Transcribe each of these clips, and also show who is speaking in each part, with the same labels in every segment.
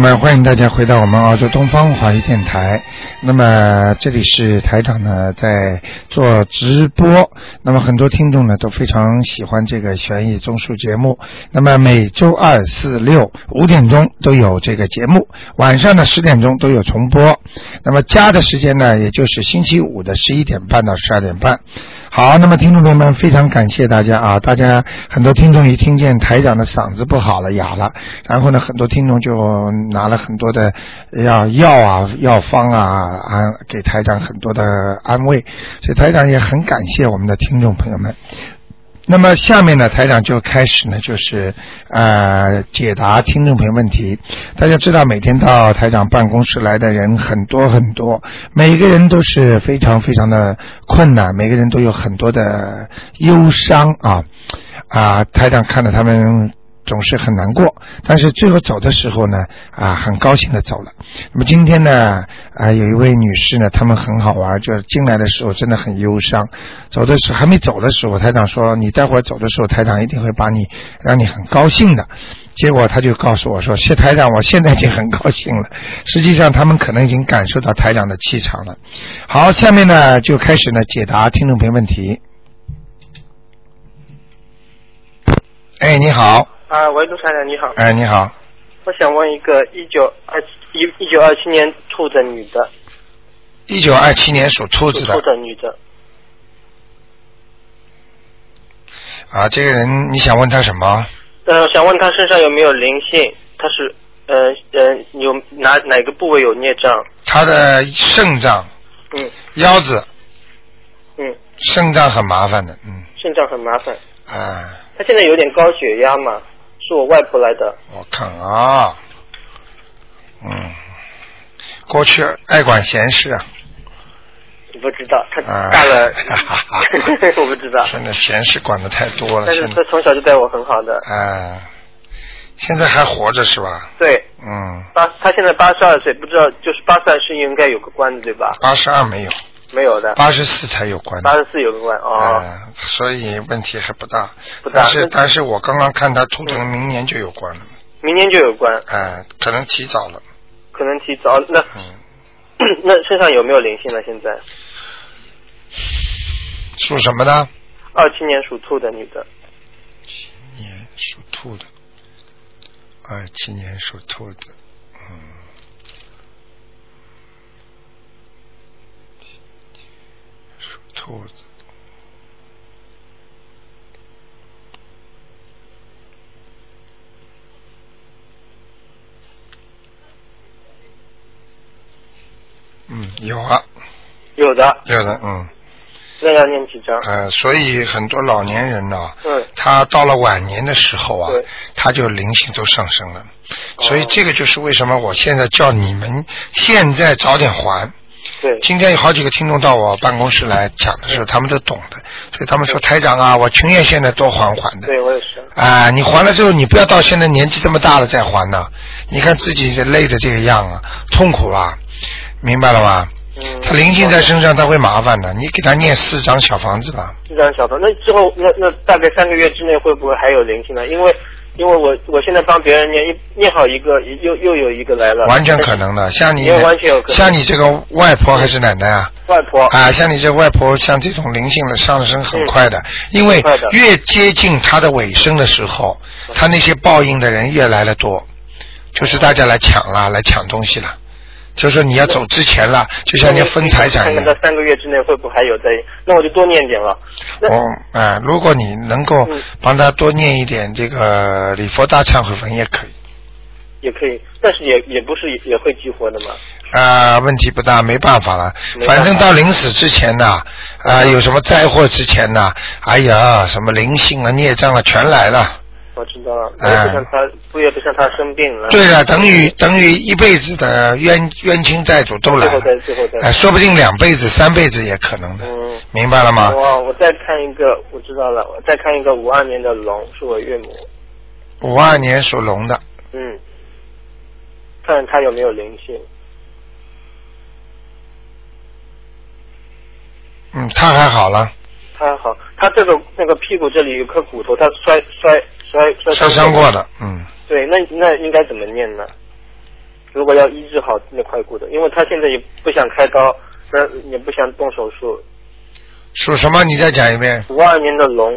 Speaker 1: 么欢迎大家回到我们澳洲东方华语电台。那么这里是台长呢在做直播，那么很多听众呢都非常喜欢这个悬疑综述节目。那么每周二、四、六五点钟都有这个节目，晚上呢十点钟都有重播。那么加的时间呢，也就是星期五的十一点半到十二点半。好，那么听众朋友们，非常感谢大家啊！大家很多听众一听见台长的嗓子不好了，哑了，然后呢，很多听众就拿了很多的药药啊、药方啊，安给台长很多的安慰，所以台长也很感谢我们的听众朋友们。那么下面呢，台长就开始呢，就是呃解答听众朋友问题。大家知道，每天到台长办公室来的人很多很多，每个人都是非常非常的困难，每个人都有很多的忧伤啊啊！台长看着他们。总是很难过，但是最后走的时候呢，啊，很高兴的走了。那么今天呢，啊，有一位女士呢，她们很好玩，就是进来的时候真的很忧伤，走的时候还没走的时候，台长说你待会儿走的时候，台长一定会把你让你很高兴的。结果他就告诉我说：“谢台长，我现在已经很高兴了。实际上，他们可能已经感受到台长的气场了。”好，下面呢就开始呢解答听众朋友问题。哎，你好。
Speaker 2: 啊，喂，陆台长你好，
Speaker 1: 哎，你好，
Speaker 2: 我想问一个一九二一一九二七年兔的女的，
Speaker 1: 一九二七年属兔子
Speaker 2: 属兔
Speaker 1: 的
Speaker 2: 的女的，
Speaker 1: 啊，这个人你想问他什么？
Speaker 2: 呃，想问她身上有没有灵性？她是呃呃有哪哪个部位有孽障？
Speaker 1: 他的肾脏、
Speaker 2: 嗯
Speaker 1: 腰子、
Speaker 2: 嗯，
Speaker 1: 肾脏很麻烦的，嗯
Speaker 2: 肾脏很麻烦。
Speaker 1: 啊，
Speaker 2: 她现在有点高血压嘛，是我外婆来的。
Speaker 1: 我看啊，嗯，过去爱管闲事啊，
Speaker 2: 我不知道，她
Speaker 1: 啊
Speaker 2: 大了， 我不知道，
Speaker 1: 现在闲事管的太多了，
Speaker 2: 但是
Speaker 1: 现在
Speaker 2: 她从小就对我很好的。
Speaker 1: 啊，现在还活着是吧？
Speaker 2: 对，
Speaker 1: 嗯，
Speaker 2: 八她现在八十二岁，不知道就是八十二是应该有个关的对吧？
Speaker 1: 八十二没有，
Speaker 2: 没有的，
Speaker 1: 八十四才有关的
Speaker 2: 八十四有个关哦。
Speaker 1: 啊，所以问题还不大，
Speaker 2: 不大
Speaker 1: 但是
Speaker 2: 那嗯
Speaker 1: 但是我刚刚看他图腾明年就有关了，
Speaker 2: 明年就有关，
Speaker 1: 啊，可能提早了，
Speaker 2: 可能提早。那
Speaker 1: 嗯，
Speaker 2: 那身上有没有灵性呢？现在
Speaker 1: 属什么呢？
Speaker 2: 二七年属兔的女的，
Speaker 1: 年属兔的，二七年属兔的，嗯，属兔子。嗯，有啊，
Speaker 2: 有的，
Speaker 1: 有的，嗯，
Speaker 2: 那要念几张？
Speaker 1: 呃，所以很多老年人呢、
Speaker 2: 嗯，
Speaker 1: 他到了晚年的时候啊
Speaker 2: 对，
Speaker 1: 他就灵性都上升了。
Speaker 2: 哦
Speaker 1: 所以这个就是为什么我现在叫你们现在早点还。
Speaker 2: 对，
Speaker 1: 今天有好几个听众到我办公室来讲的时候，他们都懂的，所以他们说台长啊，我情愿现在多还还的。
Speaker 2: 对我也是，
Speaker 1: 啊、你还了之后，你不要到现在年纪这么大了再还呢。你看自己这累的这个样啊，痛苦啊，明白了吧？
Speaker 2: 嗯，
Speaker 1: 他灵性在身上，他会麻烦的。你给他念四张小房子吧。
Speaker 2: 这张小房，那之后那那大概三个月之内会不会还有灵性呢？因为因为我我现在帮别人念一念好一个，又又有一个来了，哎
Speaker 1: 完全可能的，像你
Speaker 2: 因为完全有可能哦
Speaker 1: 像你这个外婆还是奶奶啊，
Speaker 2: 外婆，
Speaker 1: 啊，像你这外婆，像这种灵性的上升很快的，因为
Speaker 2: 嗯快的嗯
Speaker 1: 越接近它的尾声的时候，它那些报应的人越来的多，就是大家来抢
Speaker 2: 嗯
Speaker 1: 啦，来抢东西了，就是说你要走之前啦，就像你分财产
Speaker 2: 看
Speaker 1: 一
Speaker 2: 看
Speaker 1: 样
Speaker 2: 到。三嗯个月之内会不会还有在？那我就多念点了。那
Speaker 1: 哦，啊，如果你能够
Speaker 2: 嗯
Speaker 1: 帮他多念一点这个礼佛大忏悔文也可以，
Speaker 2: 也可以，但是也也不是也也会激活的嘛。
Speaker 1: 啊、问题不大，没办法了。
Speaker 2: 没办
Speaker 1: 反
Speaker 2: 法嗯
Speaker 1: 正到临死之前呐、啊，有什么灾祸之前呐、哎呀，什么灵性啊、孽障啊，全来了。
Speaker 2: 我知道了，我
Speaker 1: 哎
Speaker 2: 也不想他，我也不想他生病了。
Speaker 1: 对了，等于等于一辈子的冤冤亲债主都来了，
Speaker 2: 最后再最后再
Speaker 1: 哎说不定两辈子、三辈子也可能的，
Speaker 2: 嗯，
Speaker 1: 明白了吗？
Speaker 2: 哇，我再看一个，我知道了，我再看一个五二年的龙，是我岳母，
Speaker 1: 五二年属龙的，
Speaker 2: 嗯，看看他有没有灵性，
Speaker 1: 嗯，他还好了，
Speaker 2: 他好，他这个那个屁股这里有颗骨头，他摔摔摔摔
Speaker 1: 受伤过，的，嗯，
Speaker 2: 对，那那应该怎么念呢？如果要医治好那块骨头，因为他现在也不想开刀，那也不想动手术。
Speaker 1: 属什么？你再讲一遍。
Speaker 2: 五二年的龙，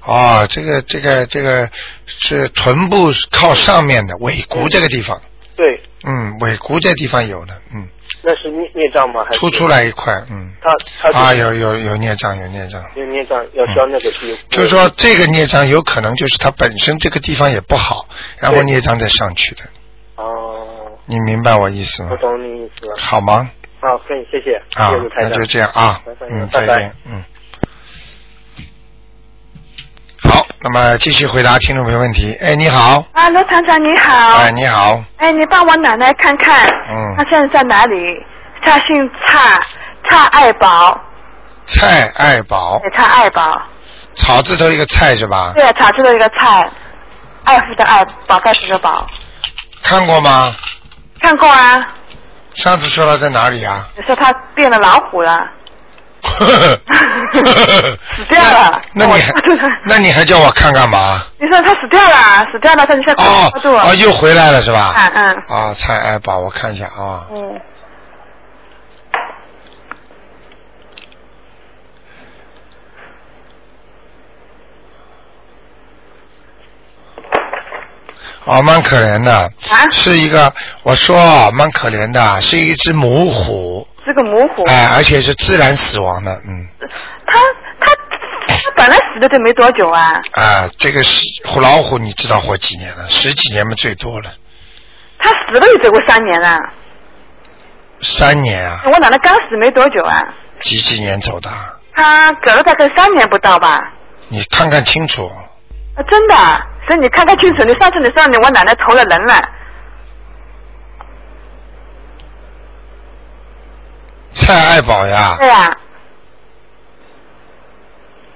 Speaker 1: 啊、这个这个这个是臀部靠上面的尾
Speaker 2: 嗯
Speaker 1: 骨这个地方，
Speaker 2: 对，
Speaker 1: 嗯，尾骨这地方有的，嗯，
Speaker 2: 那是孽孽障吗？还是
Speaker 1: 凸出？来一块，嗯，
Speaker 2: 他他
Speaker 1: 啊，有有有孽障，有孽障。
Speaker 2: 有孽障，要消那个是有。
Speaker 1: 嗯就是说，这个孽障有可能就是它本身这个地方也不好，然后
Speaker 2: 对
Speaker 1: 孽障再上去的，
Speaker 2: 哦，
Speaker 1: 你明白我意思吗
Speaker 2: 我？懂你意思了。
Speaker 1: 好吗？
Speaker 2: 好，可以，谢谢，
Speaker 1: 啊
Speaker 2: 谢谢，台
Speaker 1: 那
Speaker 2: 长。
Speaker 1: 就这样啊
Speaker 2: 拜，拜
Speaker 1: 嗯，再
Speaker 2: 拜拜
Speaker 1: 见，嗯。好，那么继续回答听众朋友问题。哎，你好，
Speaker 3: 啊，罗厂长你好。
Speaker 1: 哎，你好，
Speaker 3: 哎，你帮我奶奶看看，
Speaker 1: 嗯
Speaker 3: 她现在在哪里？她姓蔡，蔡爱宝，
Speaker 1: 蔡爱宝，
Speaker 3: 哎，蔡爱宝，
Speaker 1: 草字头一个蔡是吧？
Speaker 3: 对，草字头一个蔡，爱护的爱，宝盖头的宝。
Speaker 1: 看过吗？
Speaker 3: 看过啊，
Speaker 1: 上次说他在哪里啊？
Speaker 3: 你说她变了老虎了， 死掉了。
Speaker 1: 那 你还
Speaker 3: 我
Speaker 1: 那你还叫我看干嘛？
Speaker 3: 你说她死掉了，死掉了，她现在
Speaker 1: 哦
Speaker 3: 抓住了。
Speaker 1: 哦，又回来了是吧？
Speaker 3: 嗯嗯
Speaker 1: 啊，蔡爱宝，我看一下啊，
Speaker 3: 嗯，
Speaker 1: 哦，蛮可怜的，
Speaker 3: 啊
Speaker 1: 是一个，我说啊蛮可怜的，是一只母虎，
Speaker 3: 是个母虎。
Speaker 1: 哎，而且是自然死亡的，嗯，
Speaker 3: 她她她本来死的就没多久啊，
Speaker 1: 啊，这个是虎老虎，你知道活几年了？十几年嘛，最多了，
Speaker 3: 她死了也走过三年了。
Speaker 1: 三年啊，
Speaker 3: 我奶奶刚死没多久啊，
Speaker 1: 几几年走的啊？
Speaker 3: 她隔了大概三年不到吧，
Speaker 1: 你看看清楚，
Speaker 3: 啊、真的。所以你看看清楚，你上次你说你我奶奶投了人了，
Speaker 1: 蔡爱宝呀，
Speaker 3: 对呀、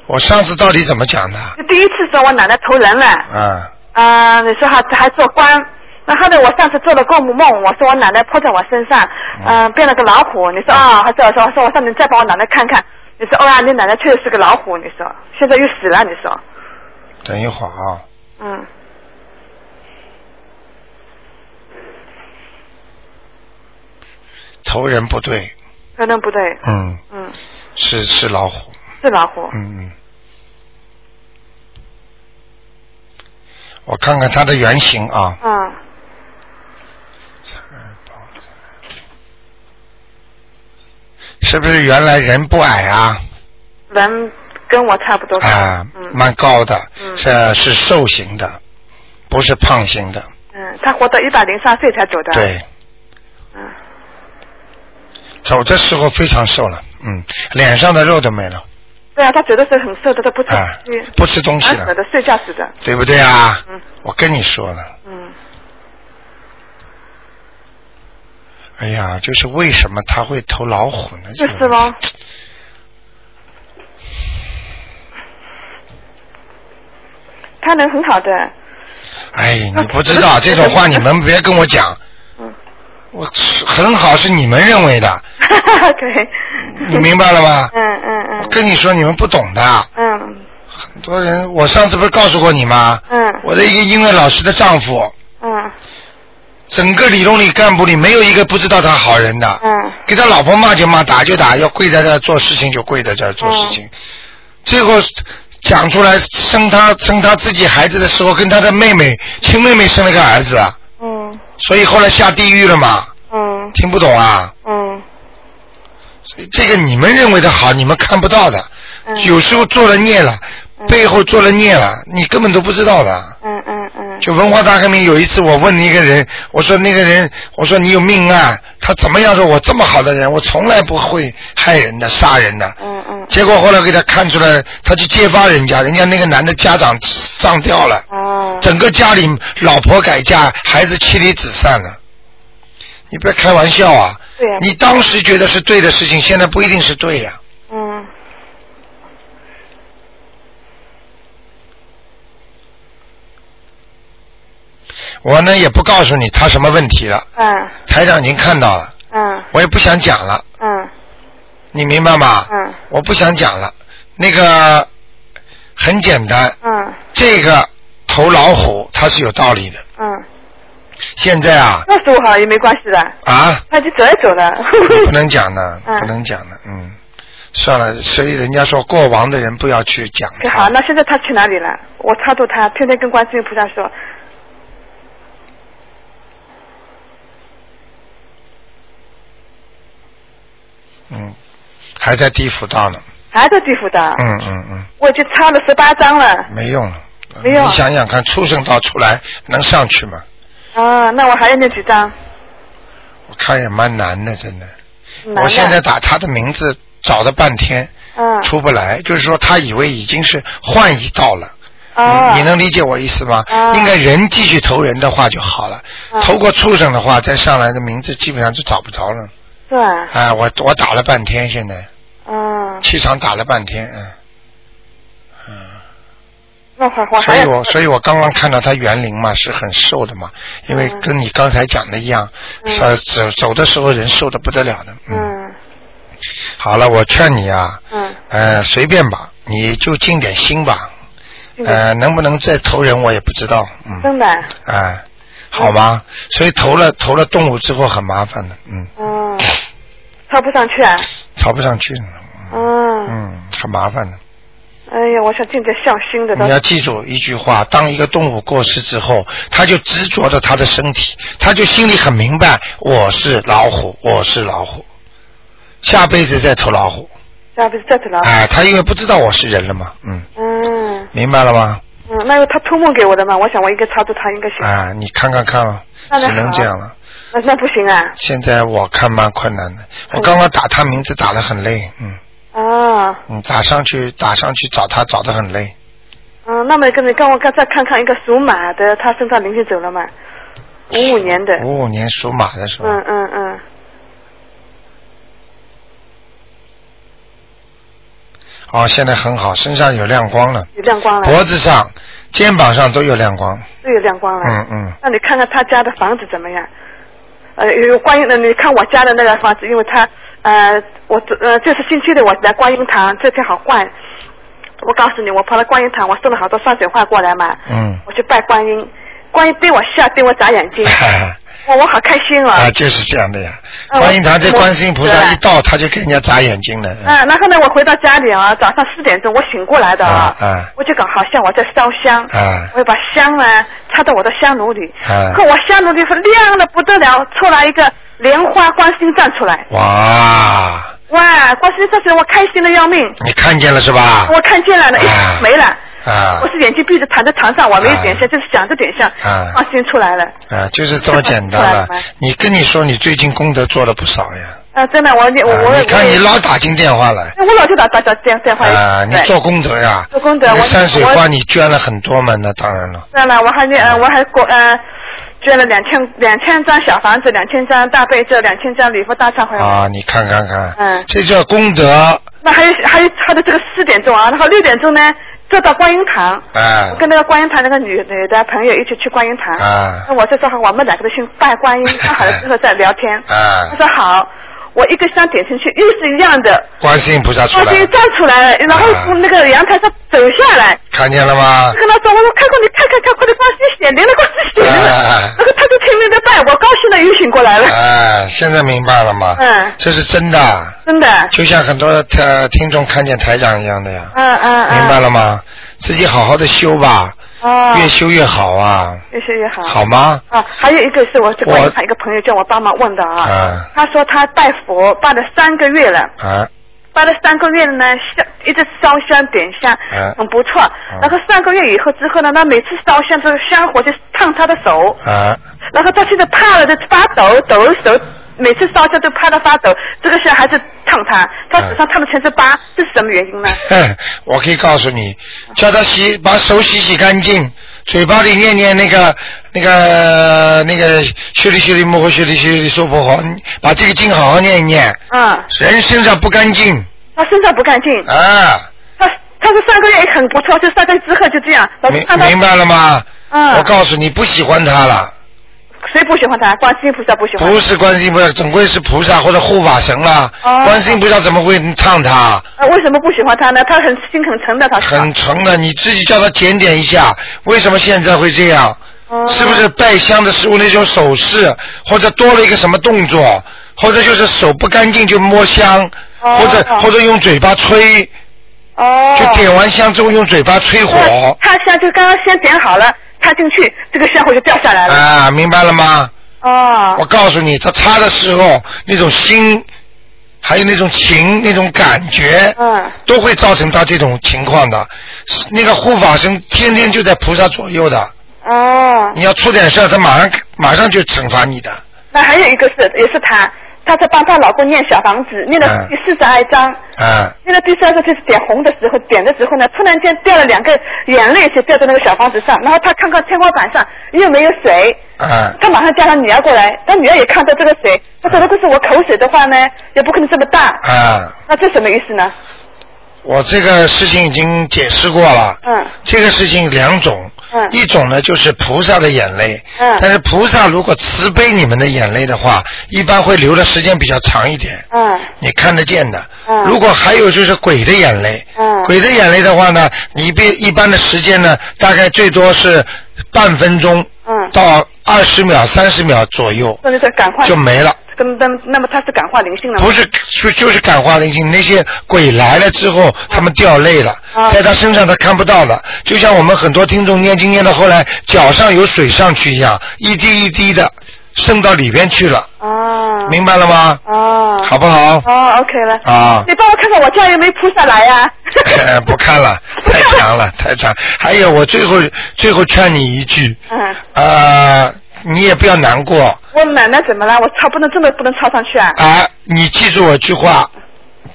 Speaker 1: 我上次到底怎么讲的？
Speaker 3: 就第一次说我奶奶投人了，
Speaker 1: 啊，
Speaker 3: 啊、你说还还做官，那后来我上次做了个梦，我说我奶奶泼在我身上，嗯、变了个老虎，你说啊，还说我说我说我上你再帮我奶奶看看，你说哦呀，你奶奶确实是个老虎，你说现在又死了，你说，
Speaker 1: 等一会儿啊，
Speaker 3: 嗯，
Speaker 1: 头人不对，
Speaker 3: 可能不对，
Speaker 1: 嗯，
Speaker 3: 嗯，
Speaker 1: 是是老虎，
Speaker 3: 是老虎，
Speaker 1: 嗯嗯。我看看它的原型啊，
Speaker 3: 嗯，
Speaker 1: 是不是原来人不矮啊？
Speaker 3: 人跟我差不多高，
Speaker 1: 啊，
Speaker 3: 嗯。
Speaker 1: 蛮高的，
Speaker 3: 嗯
Speaker 1: 是是瘦型的，不是胖型的。
Speaker 3: 嗯，他活到一百零三岁才走的。。
Speaker 1: 对，
Speaker 3: 嗯，
Speaker 1: 走的时候非常瘦了，嗯，脸上的肉都没了，
Speaker 3: 对啊，他走的时候很瘦的，他不吃
Speaker 1: 啊
Speaker 3: 东西，，
Speaker 1: 不吃东西
Speaker 3: 安死
Speaker 1: 了，
Speaker 3: 的，睡觉死的。
Speaker 1: 对不对啊？
Speaker 3: 嗯
Speaker 1: 我跟你说了。
Speaker 3: 嗯，
Speaker 1: 哎呀，就是为什么他会投老虎呢？
Speaker 3: 就
Speaker 1: 这
Speaker 3: 是
Speaker 1: 个
Speaker 3: 咯。他能很好的，
Speaker 1: 哎，你不知
Speaker 3: 那
Speaker 1: 道
Speaker 3: 可是
Speaker 1: 这种话，你们别跟我讲。
Speaker 3: 嗯，
Speaker 1: 我很好是你们认为的，
Speaker 3: 对。
Speaker 1: 你明白了吗？
Speaker 3: 嗯嗯
Speaker 1: 我
Speaker 3: 嗯
Speaker 1: 跟你说，你们不懂的。
Speaker 3: 嗯
Speaker 1: 很多人，我上次不是告诉过你吗？
Speaker 3: 嗯
Speaker 1: 我的一个英文老师的丈夫，
Speaker 3: 嗯
Speaker 1: 整个理论里干部里没有一个不知道他好人的，
Speaker 3: 嗯，
Speaker 1: 给他老婆骂就骂，打就打，要跪在这儿做事情就跪在这儿做事
Speaker 3: 哦
Speaker 1: 情。最后讲出来生他生他自己孩子的时候，跟他的妹妹亲妹妹生了个儿子，啊
Speaker 3: 嗯
Speaker 1: 所以后来下地狱了嘛。
Speaker 3: 嗯
Speaker 1: 听不懂啊？
Speaker 3: 嗯
Speaker 1: 所以这个你们认为的好，你们看不到的。
Speaker 3: 嗯。
Speaker 1: 有时候做了孽了，
Speaker 3: 嗯
Speaker 1: 背后做了孽了，你根本都不知道的。
Speaker 3: 嗯嗯嗯。
Speaker 1: 就文化大革命有一次，我问一个人，我说那个人，我说你有命案，他怎么样说？我这么好的人，我从来不会害人的、杀人的。
Speaker 3: 嗯嗯。
Speaker 1: 结果后来给他看出来，他去揭发人家，人家那个男的家长上吊了，
Speaker 3: 哦。
Speaker 1: 整个家里老婆改嫁，孩子妻离子散了。你别开玩笑啊！
Speaker 3: 对呀。
Speaker 1: 你当时觉得是对的事情，现在不一定是对呀、
Speaker 3: 嗯。
Speaker 1: 我呢也不告诉你他什么问题了，
Speaker 3: 嗯
Speaker 1: 台长已经看到了，
Speaker 3: 嗯
Speaker 1: 我也不想讲了，
Speaker 3: 嗯
Speaker 1: 你明白吗？
Speaker 3: 嗯
Speaker 1: 我不想讲了。那个很简单，
Speaker 3: 嗯
Speaker 1: 这个投老虎，它是有道理的。
Speaker 3: 嗯，
Speaker 1: 现在啊
Speaker 3: 那时候好像也没关系的，
Speaker 1: 啊，
Speaker 3: 那就走一走了。
Speaker 1: 不能讲的，
Speaker 3: 嗯
Speaker 1: 不能讲的，嗯，算了，所以人家说过往的人不要去讲
Speaker 3: 可好，
Speaker 1: 他，
Speaker 3: 那现在他去哪里了？我超度他，天天跟观世音菩萨说，
Speaker 1: 嗯，还在地府道呢，
Speaker 3: 还在地府的。
Speaker 1: 嗯嗯嗯，
Speaker 3: 我已经抄了十八章了。
Speaker 1: 没用了。
Speaker 3: 没用
Speaker 1: 你想想看，畜生道出来能上去吗？
Speaker 3: 啊，那我还要念几张？
Speaker 1: 我看也蛮难的，真的。
Speaker 3: 难的
Speaker 1: 我现在打他的名字找了半天，
Speaker 3: 嗯，
Speaker 1: 出不来，就是说他以为已经是换一道了。
Speaker 3: 哦，
Speaker 1: 嗯你你能理解我意思吗？
Speaker 3: 啊
Speaker 1: 应该人继续投人的话就好了，
Speaker 3: 啊
Speaker 1: 投过畜生的话，再上来的名字基本上就找不着了。
Speaker 3: 是吧？
Speaker 1: 哎，我我打了半天，现在
Speaker 3: 嗯，
Speaker 1: 气场打了半天，嗯嗯。
Speaker 3: 那会儿我
Speaker 1: 所
Speaker 3: 哦还
Speaker 1: 以
Speaker 3: 要
Speaker 1: 我所以我刚刚看到他园林嘛是很瘦的嘛，因为
Speaker 3: 嗯
Speaker 1: 跟你刚才讲的一样，
Speaker 3: 嗯
Speaker 1: 呃走走的时候人瘦的不得了的。嗯，
Speaker 3: 嗯
Speaker 1: 好了，我劝你啊，
Speaker 3: 嗯，
Speaker 1: 呃，随便吧，你就尽点心吧，
Speaker 3: 这个
Speaker 1: 呃，能不能再投人我也不知道，嗯，
Speaker 3: 真的，
Speaker 1: 哎，好吗？所以投了投了动物之后很麻烦的，嗯，
Speaker 3: 嗯，抄不上去啊，
Speaker 1: 炒不上去了，
Speaker 3: 嗯，
Speaker 1: 嗯，很麻烦的。
Speaker 3: 哎呀，我想进点向心的，
Speaker 1: 你要记住一句话：当一个动物过世之后，它就执着着它的身体，它就心里很明白，我是老虎，我是老虎，下辈子再投老虎。
Speaker 3: 那不是这次了？
Speaker 1: 哎，它因为不知道我是人了嘛，嗯，
Speaker 3: 嗯
Speaker 1: 明白了吗？
Speaker 3: 嗯，那个他托梦给我的嘛，我想我应该超度他，应该行，
Speaker 1: 哎，你看看看了，
Speaker 3: 那
Speaker 1: 只
Speaker 3: 那
Speaker 1: 能
Speaker 3: 好
Speaker 1: 这样了。
Speaker 3: 那那不行啊，
Speaker 1: 现在我看蛮困难的，我刚刚打他名字打得很累，嗯
Speaker 3: 啊，
Speaker 1: 嗯，打上去打上去找他找得很累，
Speaker 3: 嗯，那么一个你刚我刚再看看一个属马的，他身上灵性走了嘛，五五年的，
Speaker 1: 五五年属马的时候，
Speaker 3: 嗯嗯嗯，
Speaker 1: 哦，现在很好，身上有亮光了。
Speaker 3: 有亮光了，
Speaker 1: 脖子上、肩膀上都有亮光。
Speaker 3: 都有亮光了，
Speaker 1: 嗯嗯，
Speaker 3: 那你看看他家的房子怎么样？呃，有观音的，你看我家的那个房子，因为他呃，我这呃，这是星期六我来观音堂，这天好换。我告诉你，我跑到观音堂，我送了好多山水画过来嘛。
Speaker 1: 嗯
Speaker 3: 我去拜观音，观音对我笑，对我眨眼 睛，我我好开心哦。
Speaker 1: 啊，就是这样的呀。
Speaker 3: 嗯
Speaker 1: 观音堂这观世音菩萨
Speaker 3: 我
Speaker 1: 一到，他就给人家眨眼睛了。嗯
Speaker 3: 啊，然后呢，我回到家里啊，早上四点钟我醒过来的
Speaker 1: 啊啊
Speaker 3: 我就搞好像我在烧香，
Speaker 1: 啊
Speaker 3: 我就把香啊插到我的香炉里，
Speaker 1: 啊
Speaker 3: 可！我香炉里是亮的不得了，出来一个莲花观世音站出来，
Speaker 1: 哇，
Speaker 3: 哇，观世音站出来，我开心的要命，
Speaker 1: 你看见了是吧？
Speaker 3: 我看见了，
Speaker 1: 啊
Speaker 3: 哎，没了。
Speaker 1: 啊
Speaker 3: 我是眼睛闭着躺在床上，我没有
Speaker 1: 啊
Speaker 3: 点香，就是想着点香，
Speaker 1: 啊
Speaker 3: 放心出来了。
Speaker 1: 啊，就是这么简单了
Speaker 3: 出来了。
Speaker 1: 你跟你说，你最近功德做了不少呀。
Speaker 3: 啊，真的，我我
Speaker 1: 啊
Speaker 3: 我
Speaker 1: 你看你
Speaker 3: 我
Speaker 1: 老打进电话来。
Speaker 3: 我老就打打打电电话，
Speaker 1: 啊，你
Speaker 3: 对
Speaker 1: 做功德呀？
Speaker 3: 做功德
Speaker 1: 那
Speaker 3: 我
Speaker 1: 山水
Speaker 3: 我
Speaker 1: 画你捐了很多嘛？那当然了。
Speaker 3: 算了，我还那呃，我还过呃，捐了两千两千张小房子，两千张大悲咒，两千张礼佛大忏悔文。
Speaker 1: 啊，你看看看，
Speaker 3: 嗯
Speaker 1: 这叫功德，
Speaker 3: 那还有还有还有这个四点钟啊，然后六点钟呢，坐到观音堂。
Speaker 1: 哎
Speaker 3: 我，跟那个观音堂那个女女的朋友一起去观音堂，
Speaker 1: 啊
Speaker 3: 那我就说好我们两个都先拜观 音，拜好了之后再聊天。
Speaker 1: 啊
Speaker 3: 他说好，我一个香点进去，又是一样的，
Speaker 1: 观世音菩萨出
Speaker 3: 他
Speaker 1: 来
Speaker 3: 就
Speaker 1: 了，啊
Speaker 3: 站出来了，然后从那个阳台上走下来，
Speaker 1: 看见了吗
Speaker 3: 就？跟他说：“我说看过你看看看，快点挂去写，连了挂去写了。
Speaker 1: 哎
Speaker 3: 然后他就拼命的拜，我高兴的又醒过来 了，
Speaker 1: 哎，现在明白了吗？
Speaker 3: 嗯
Speaker 1: 这是真的，
Speaker 3: 真的。
Speaker 1: 就像很多呃听众看见台长一样的呀，
Speaker 3: 嗯嗯嗯。
Speaker 1: 明白。了吗？自己好好的修吧，
Speaker 3: 哦，
Speaker 1: 越修越好啊，
Speaker 3: 越学越好。
Speaker 1: 好吗？
Speaker 3: 啊，还有一个是我这
Speaker 1: 我
Speaker 3: 观音堂一个朋友叫我帮忙问的啊，
Speaker 1: 嗯
Speaker 3: 他说他拜佛拜了三个月了，
Speaker 1: 啊，
Speaker 3: 拜了三个月了呢，香一直烧香点香，
Speaker 1: 嗯
Speaker 3: 很不错。
Speaker 1: 嗯
Speaker 3: 然后三个月以后之后呢，他每次烧香这个香火就烫他的手，
Speaker 1: 啊，
Speaker 3: 然后他现在怕了，就发抖，抖手，每次烧香都怕他发抖，这个香还是烫他，他
Speaker 1: 嗯
Speaker 3: 手上烫的全是疤，这是什么原因呢？
Speaker 1: 哼我可以告诉你，叫他洗，把手洗洗干净，嘴巴里念念那个、那个、那个“修理修理摩诃修理修理娑婆诃”，你把这个经好好念一念。
Speaker 3: 嗯，
Speaker 1: 人身上不干净
Speaker 3: 他身上不干净，
Speaker 1: 啊，
Speaker 3: 他他说三个月也很不错，就三个月之后就这样，老师
Speaker 1: 明
Speaker 3: 看他，
Speaker 1: 明白了吗？
Speaker 3: 嗯，
Speaker 1: 我告诉你，不喜欢他了，
Speaker 3: 谁不喜欢他？观世音菩萨不喜欢他。
Speaker 1: 不是观世音菩萨，总归是菩萨或者护法神啦。
Speaker 3: 哦
Speaker 1: 观世音菩萨怎么会唱他？
Speaker 3: 啊，为什么不喜欢他呢？他很心很诚的，他是吧
Speaker 1: 很纯的，你自己叫他检点一下，为什么现在会这样？
Speaker 3: 哦
Speaker 1: 是不是拜香的时候那种手势，或者多了一个什么动作，或者就是手不干净就摸香，
Speaker 3: 哦
Speaker 1: 或者或者用嘴巴吹，
Speaker 3: 哦，
Speaker 1: 就点完香之后用嘴巴吹火。
Speaker 3: 他他香就刚刚先点好了，插进去，这个香火就掉下来了。
Speaker 1: 啊，明白了吗？我
Speaker 3: 哦，
Speaker 1: 告诉你，他擦的时候那种心，还有那种情、那种感觉，
Speaker 3: 嗯，
Speaker 1: 都会造成他这种情况的。那个护法神天天就在菩萨左右的，
Speaker 3: 哦，
Speaker 1: 你要出点事儿，他马上马上就惩罚你的。
Speaker 3: 那还有一个是也是她，她在帮她老公念小房子，念了
Speaker 1: 嗯
Speaker 3: 第四十二章。
Speaker 1: 啊，
Speaker 3: 那个第三个就是点红的时候，点的时候呢，突然间掉了两个眼泪，就掉在那个小房子上。然后他看看天花板上又没有水，
Speaker 1: 啊，
Speaker 3: 他马上叫他女儿过来，他女儿也看到这个水，他说
Speaker 1: 嗯
Speaker 3: 如果是我口水的话呢，也不可能这么大，
Speaker 1: 啊，
Speaker 3: 那这什么意思呢？
Speaker 1: 我这个事情已经解释过了。
Speaker 3: 嗯
Speaker 1: 这个事情两种，
Speaker 3: 嗯
Speaker 1: 一种呢就是菩萨的眼泪，
Speaker 3: 嗯
Speaker 1: 但是菩萨如果慈悲你们的眼泪的话，一般会流的时间比较长一点，
Speaker 3: 嗯
Speaker 1: 你看得见的。
Speaker 3: 嗯
Speaker 1: 如果还有就是鬼的眼泪，
Speaker 3: 嗯
Speaker 1: 鬼的眼泪的话呢，你别一般的时间呢，大概最多是半分钟
Speaker 3: 嗯，
Speaker 1: 到二十秒、三十秒左右
Speaker 3: 说那个感化
Speaker 1: 就没了。
Speaker 3: 跟那那么他是感化灵性了吗
Speaker 1: 不？是，就就是感化灵性。那些鬼来了之后，他们掉泪了，
Speaker 3: 啊
Speaker 1: 在他身上他看不到了。就像我们很多听众念经念到后来，脚上有水上去一样，一滴一滴的渗到里边去了，
Speaker 3: 啊
Speaker 1: 明白了吗？
Speaker 3: 哦
Speaker 1: 好不好？
Speaker 3: 哦，OK 了。
Speaker 1: 啊
Speaker 3: 你帮我看看我家有没有菩萨来啊 呀、
Speaker 1: 不看了，太长了，太长。还有，我最后最后劝你一句，
Speaker 3: 嗯，
Speaker 1: 呃，你也不要难过
Speaker 3: 我奶奶怎么了？我抄不能真的不能抄上去啊？
Speaker 1: 啊，你记住我句话。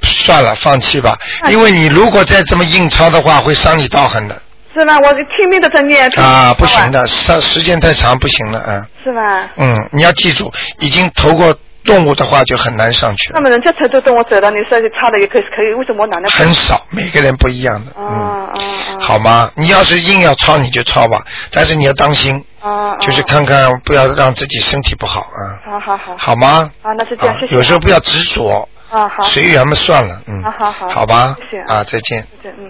Speaker 1: 算了，放弃吧，
Speaker 3: 嗯
Speaker 1: 因为你如果再这么硬抄的话，会伤你道行的。
Speaker 3: 是吗？我拼命的在念。
Speaker 1: 啊，不行。的，时时间太长不行了啊。
Speaker 3: 是吧？
Speaker 1: 嗯，你要记住，已经投过动物的话就很难上去
Speaker 3: 那
Speaker 1: 了，
Speaker 3: 么人家成都跟我走了，你说你差的也可以可以，为什么我奶奶不？
Speaker 1: 很少，每个人不一样的。嗯，
Speaker 3: 嗯哦哦哦。
Speaker 1: 好吗？你要是硬要抄你就抄吧，但是你要当心，
Speaker 3: 哦。哦
Speaker 1: 就是。看看不要让自己身体不好啊，
Speaker 3: 好好好。
Speaker 1: 好吗？
Speaker 3: 好，那就这样，
Speaker 1: 啊
Speaker 3: 谢，谢。
Speaker 1: 有时候不要执着，
Speaker 3: 啊好，
Speaker 1: 随缘嘛，算了，嗯
Speaker 3: 好好，好
Speaker 1: 好吧
Speaker 3: 谢谢，啊
Speaker 1: 啊，再见。
Speaker 3: 对嗯。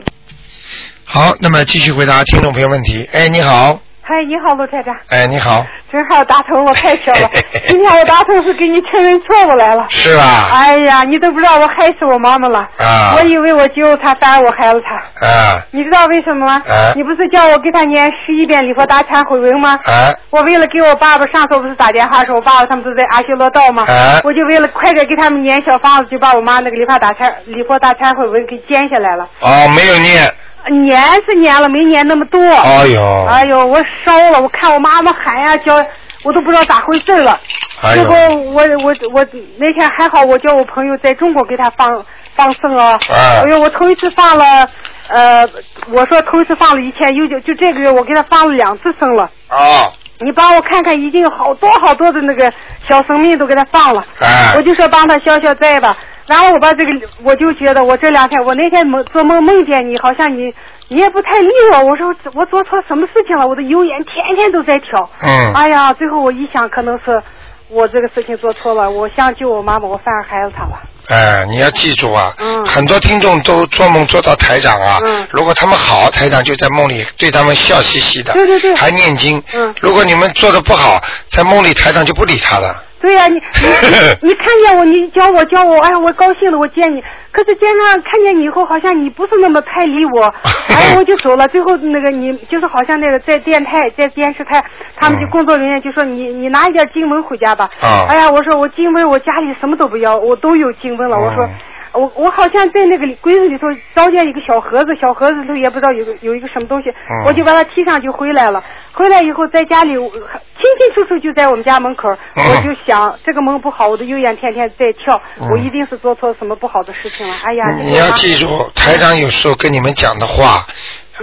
Speaker 1: 好，那么继续回答听众朋友问题。哎，你好，
Speaker 4: 嗨，你好，卢台长，
Speaker 1: 哎，你好，
Speaker 4: 正好打通，我太巧 了。今天我打通是给你确认错误来了。
Speaker 1: 是吧？
Speaker 4: 哎呀，你都不知道我害死我妈妈了。
Speaker 1: 啊
Speaker 4: 我以为我救她，反而我害了她。
Speaker 1: 啊
Speaker 4: 你知道为什么吗？
Speaker 1: 啊
Speaker 4: 你不是叫我给她念十一遍礼佛大忏悔文吗？
Speaker 1: 啊
Speaker 4: 我为了给我爸爸，上次我不是打电话说我爸爸他们都在阿修罗道吗？
Speaker 1: 啊
Speaker 4: 我就为了快点给他们念小房子，就把我妈那个礼佛大忏礼佛大忏悔文给剪下来了。
Speaker 1: 哦，没有念，
Speaker 4: 念是念了，没念那么多。
Speaker 1: 哎呦，
Speaker 4: 哎呦，我烧了，我看我妈妈喊呀叫，我都不知道咋回事了。
Speaker 1: 哎
Speaker 4: 结
Speaker 1: 呦
Speaker 4: 果，我我我那天还好，我叫我朋友在中国给他放放生啊。
Speaker 1: 哎
Speaker 4: 哎呦，我头一次放了，呃，我说头一次放了一千又就就这个月我给他放了两次生了。
Speaker 1: 哦，
Speaker 4: 你帮我看看，已经有好多好多的那个小生命都给他放了。
Speaker 1: 哎
Speaker 4: 我就说帮他消消灾吧。然后我把这个，我就觉得我这两天，我那天梦做梦梦见你，好像你你也不太利落。我说我做错什么事情了？我的油盐天天都在挑。
Speaker 1: 嗯
Speaker 4: 哎呀，最后我一想，可能是我这个事情做错了。我想救我妈妈，我反而害了她了。
Speaker 1: 哎，你要记住啊，
Speaker 4: 嗯
Speaker 1: 很多听众都做梦做到台长啊，
Speaker 4: 嗯
Speaker 1: 如果他们好，台长就在梦里对他们笑嘻嘻的，
Speaker 4: 对对对
Speaker 1: 还念经，
Speaker 4: 嗯
Speaker 1: 如果你们做的不好，在梦里台长就不理他了，
Speaker 4: 对呀、你你你看见我，你教我教我，哎呀，我高兴了，我见你。可是见上看见你以后，好像你不是那么太理我，哎，我就走了。最后那个你就是好像那个在电台在电视台，他们就
Speaker 1: 嗯
Speaker 4: 工作人员就说你你拿一点经文回家吧。
Speaker 1: 啊
Speaker 4: 哎呀，我说我经文我家里什么都不要，我都有经文了。我说
Speaker 1: 嗯
Speaker 4: 我我好像在那个里柜子里头找见一个小盒子，小盒子里头也不知道有个有一个什么东西，
Speaker 1: 嗯
Speaker 4: 我就把它提上就回来了。回来以后在家里我清清楚楚就在我们家门口，
Speaker 1: 嗯
Speaker 4: 我就想这个梦不好，我的右眼天天在跳，
Speaker 1: 嗯
Speaker 4: 我一定是做错什么不好的事情了。哎呀，
Speaker 1: 你要记住，台长有时候跟你们讲的话。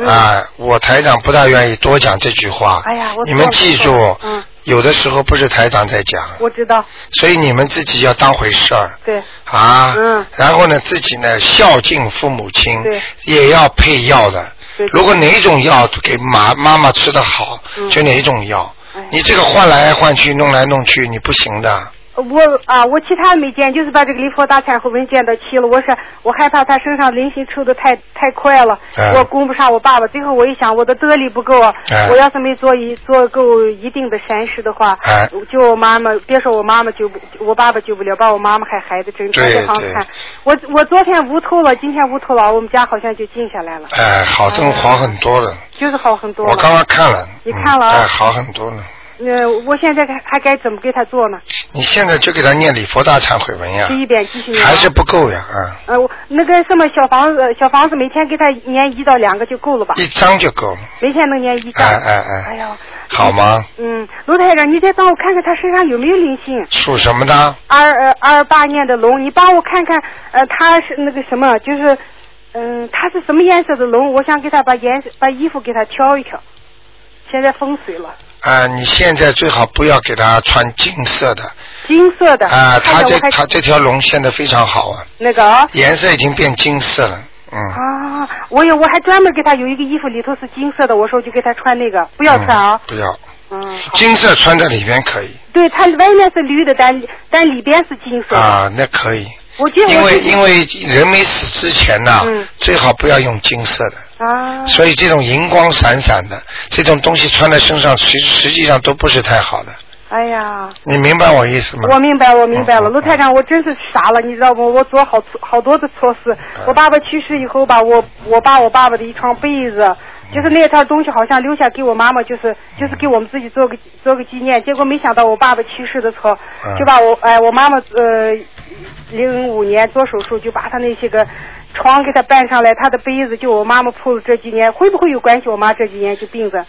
Speaker 1: 啊，我台长不大愿意多讲这句话。
Speaker 4: 嗯哎呀我
Speaker 1: 你们记
Speaker 4: 错
Speaker 1: 住
Speaker 4: 了，嗯
Speaker 1: 有的时候不是台长在讲，
Speaker 4: 我知道，
Speaker 1: 所以你们自己要当回事儿。
Speaker 4: 对，
Speaker 1: 啊，
Speaker 4: 嗯
Speaker 1: 然后呢，自己呢孝敬父母亲，
Speaker 4: 对
Speaker 1: 也要配药的
Speaker 4: 对。
Speaker 1: 如果哪一种药给妈妈妈吃的好，
Speaker 4: 嗯哎
Speaker 1: 就哪一种药。你这个换来换去，弄来弄去，你不行的。
Speaker 4: 我啊，我其他没见，就是把这个离佛大忏悔文见到齐了。我是我害怕他身上灵性抽的太太快了，
Speaker 1: 嗯
Speaker 4: 我供不上我爸爸。最后我一想，我的德力不够，啊
Speaker 1: 嗯，
Speaker 4: 我要是没做一做够一定的善事的话，
Speaker 1: 嗯
Speaker 4: 就我妈妈，别说我妈妈救不，我爸爸救不了，把我妈妈还孩子整天
Speaker 1: 对
Speaker 4: 在旁
Speaker 1: 对
Speaker 4: 看。我我昨天无头了，今天无头了，我们家好像就静下来了，
Speaker 1: 哎，好，这种好很多了。
Speaker 4: 就是好很多了。
Speaker 1: 我刚刚看了，
Speaker 4: 你
Speaker 1: 嗯
Speaker 4: 看了哦
Speaker 1: 哎，好很多了。
Speaker 4: 呃，我现在该还该怎么给他做呢？
Speaker 1: 你现在就给他念礼佛大忏悔文呀，
Speaker 4: 第一遍继续念。
Speaker 1: 还是不够呀啊，
Speaker 4: 呃，我那个什么小房子，小房子每天给他念一到两个就够了吧？
Speaker 1: 一张就够了。
Speaker 4: 每天能念一张。
Speaker 1: 哎哎
Speaker 4: 哎
Speaker 1: 哎，
Speaker 4: 呦，
Speaker 1: 好吗？
Speaker 4: 嗯，卢台长，你再帮我看看他身上有没有灵性？
Speaker 1: 属什么的？
Speaker 4: 二呃二八年的龙，你帮我看看，呃，他是那个什么，就是，嗯，他是什么颜色的龙？我想给他把颜色把衣服给他挑一挑。现在风水了，
Speaker 1: 啊，你现在最好不要给他穿金色的
Speaker 4: 金色的。
Speaker 1: 啊，他
Speaker 4: 看着
Speaker 1: 这
Speaker 4: 我还
Speaker 1: 他这条龙现在非常好啊，
Speaker 4: 那个啊。
Speaker 1: 颜色已经变金色了，嗯，
Speaker 4: 啊，我有，我还专门给他有一个衣服，里头是金色的，我说我就给他穿那个，不
Speaker 1: 不
Speaker 4: 要穿啊。
Speaker 1: 不要，
Speaker 4: 嗯，好
Speaker 1: 金色穿在里边可以
Speaker 4: 对，它外面是绿的，但但里边是金色的。
Speaker 1: 啊，那可以，
Speaker 4: 我觉得
Speaker 1: 因
Speaker 4: 我
Speaker 1: 为
Speaker 4: 是
Speaker 1: 因为人没死之前呐、
Speaker 4: 嗯
Speaker 1: 最好不要用金色的，
Speaker 4: 啊，
Speaker 1: 所以这种银光闪闪的这种东西穿在身上，实实际上都不是太好的，
Speaker 4: 哎呀，
Speaker 1: 你明白我意思吗？
Speaker 4: 我明白，我明白了，
Speaker 1: 嗯嗯嗯
Speaker 4: 卢台长，我真是傻了，你知道吗？我做好好多的措施。
Speaker 1: 嗯
Speaker 4: 我爸爸去世以后吧，我我把我爸爸的一床被子，就是那套东西，好像留下给我妈妈，就是就是给我们自己做个做个纪念。结果没想到我爸爸去世的时候
Speaker 1: 嗯，
Speaker 4: 就把我哎我妈妈呃零五年做手术，就把她那些个床给她搬上来，她的被子就我妈妈铺了这几年，会不会有关系？我妈这几年就病着。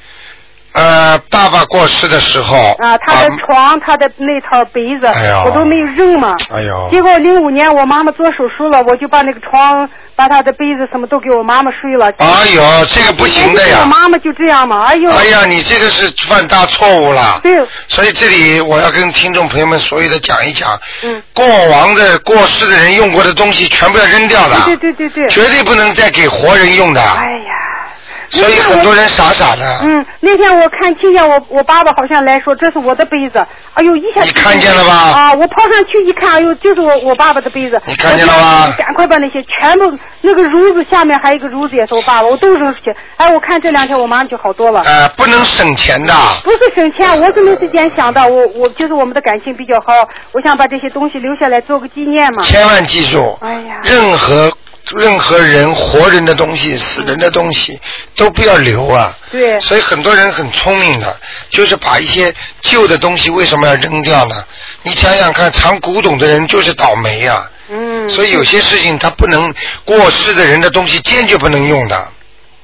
Speaker 1: 呃，爸爸过世的时候
Speaker 4: 啊，他的
Speaker 1: 把
Speaker 4: 床，他的那套被子，
Speaker 1: 嗯哎呦
Speaker 4: 我都没有扔嘛。
Speaker 1: 哎呦
Speaker 4: 结果零五年我妈妈做手术了，我就把那个床，把她的被子什么都给我妈妈睡了。
Speaker 1: 哎呦，这个不行的
Speaker 4: 哎我
Speaker 1: 呀！
Speaker 4: 妈妈就这样嘛，哎呦，
Speaker 1: 哎呀，你这个是犯大错误了。
Speaker 4: 对，
Speaker 1: 所以这里我要跟听众朋友们所有的讲一讲，
Speaker 4: 嗯，
Speaker 1: 过往的过世的人用过的东西全部要扔掉的，
Speaker 4: 对对对对对，
Speaker 1: 绝对不能再给活人用的。
Speaker 4: 哎呀，
Speaker 1: 所以很多人傻傻的。
Speaker 4: 嗯，那天我看听见我我爸爸好像来说这是我的杯子，哎呦一下
Speaker 1: 你看见了吧
Speaker 4: 啊，我跑上去一看，哎呦就是我我爸爸的杯子。
Speaker 1: 你看见了吧
Speaker 4: 我赶赶快把那些全部那个褥子下面还有一个褥子也是我爸爸，我都扔出去。哎，我看这两天我妈妈就好多了。
Speaker 1: 呃，不能省钱的。
Speaker 4: 不是省钱，我是没时间想到，我我就是我们的感情比较好，我想把这些东西留下来做个纪念嘛。
Speaker 1: 千万记住，
Speaker 4: 哎呀
Speaker 1: 任何任何人活人的东西、死人的东西都不要留啊。
Speaker 4: 嗯对
Speaker 1: 所以很多人很聪明的，就是把一些旧的东西为什么要扔掉呢？你想想看，藏古董的人就是倒霉呀、
Speaker 4: 嗯，
Speaker 1: 所以有些事情他不能过世的人的东西坚决不能用的，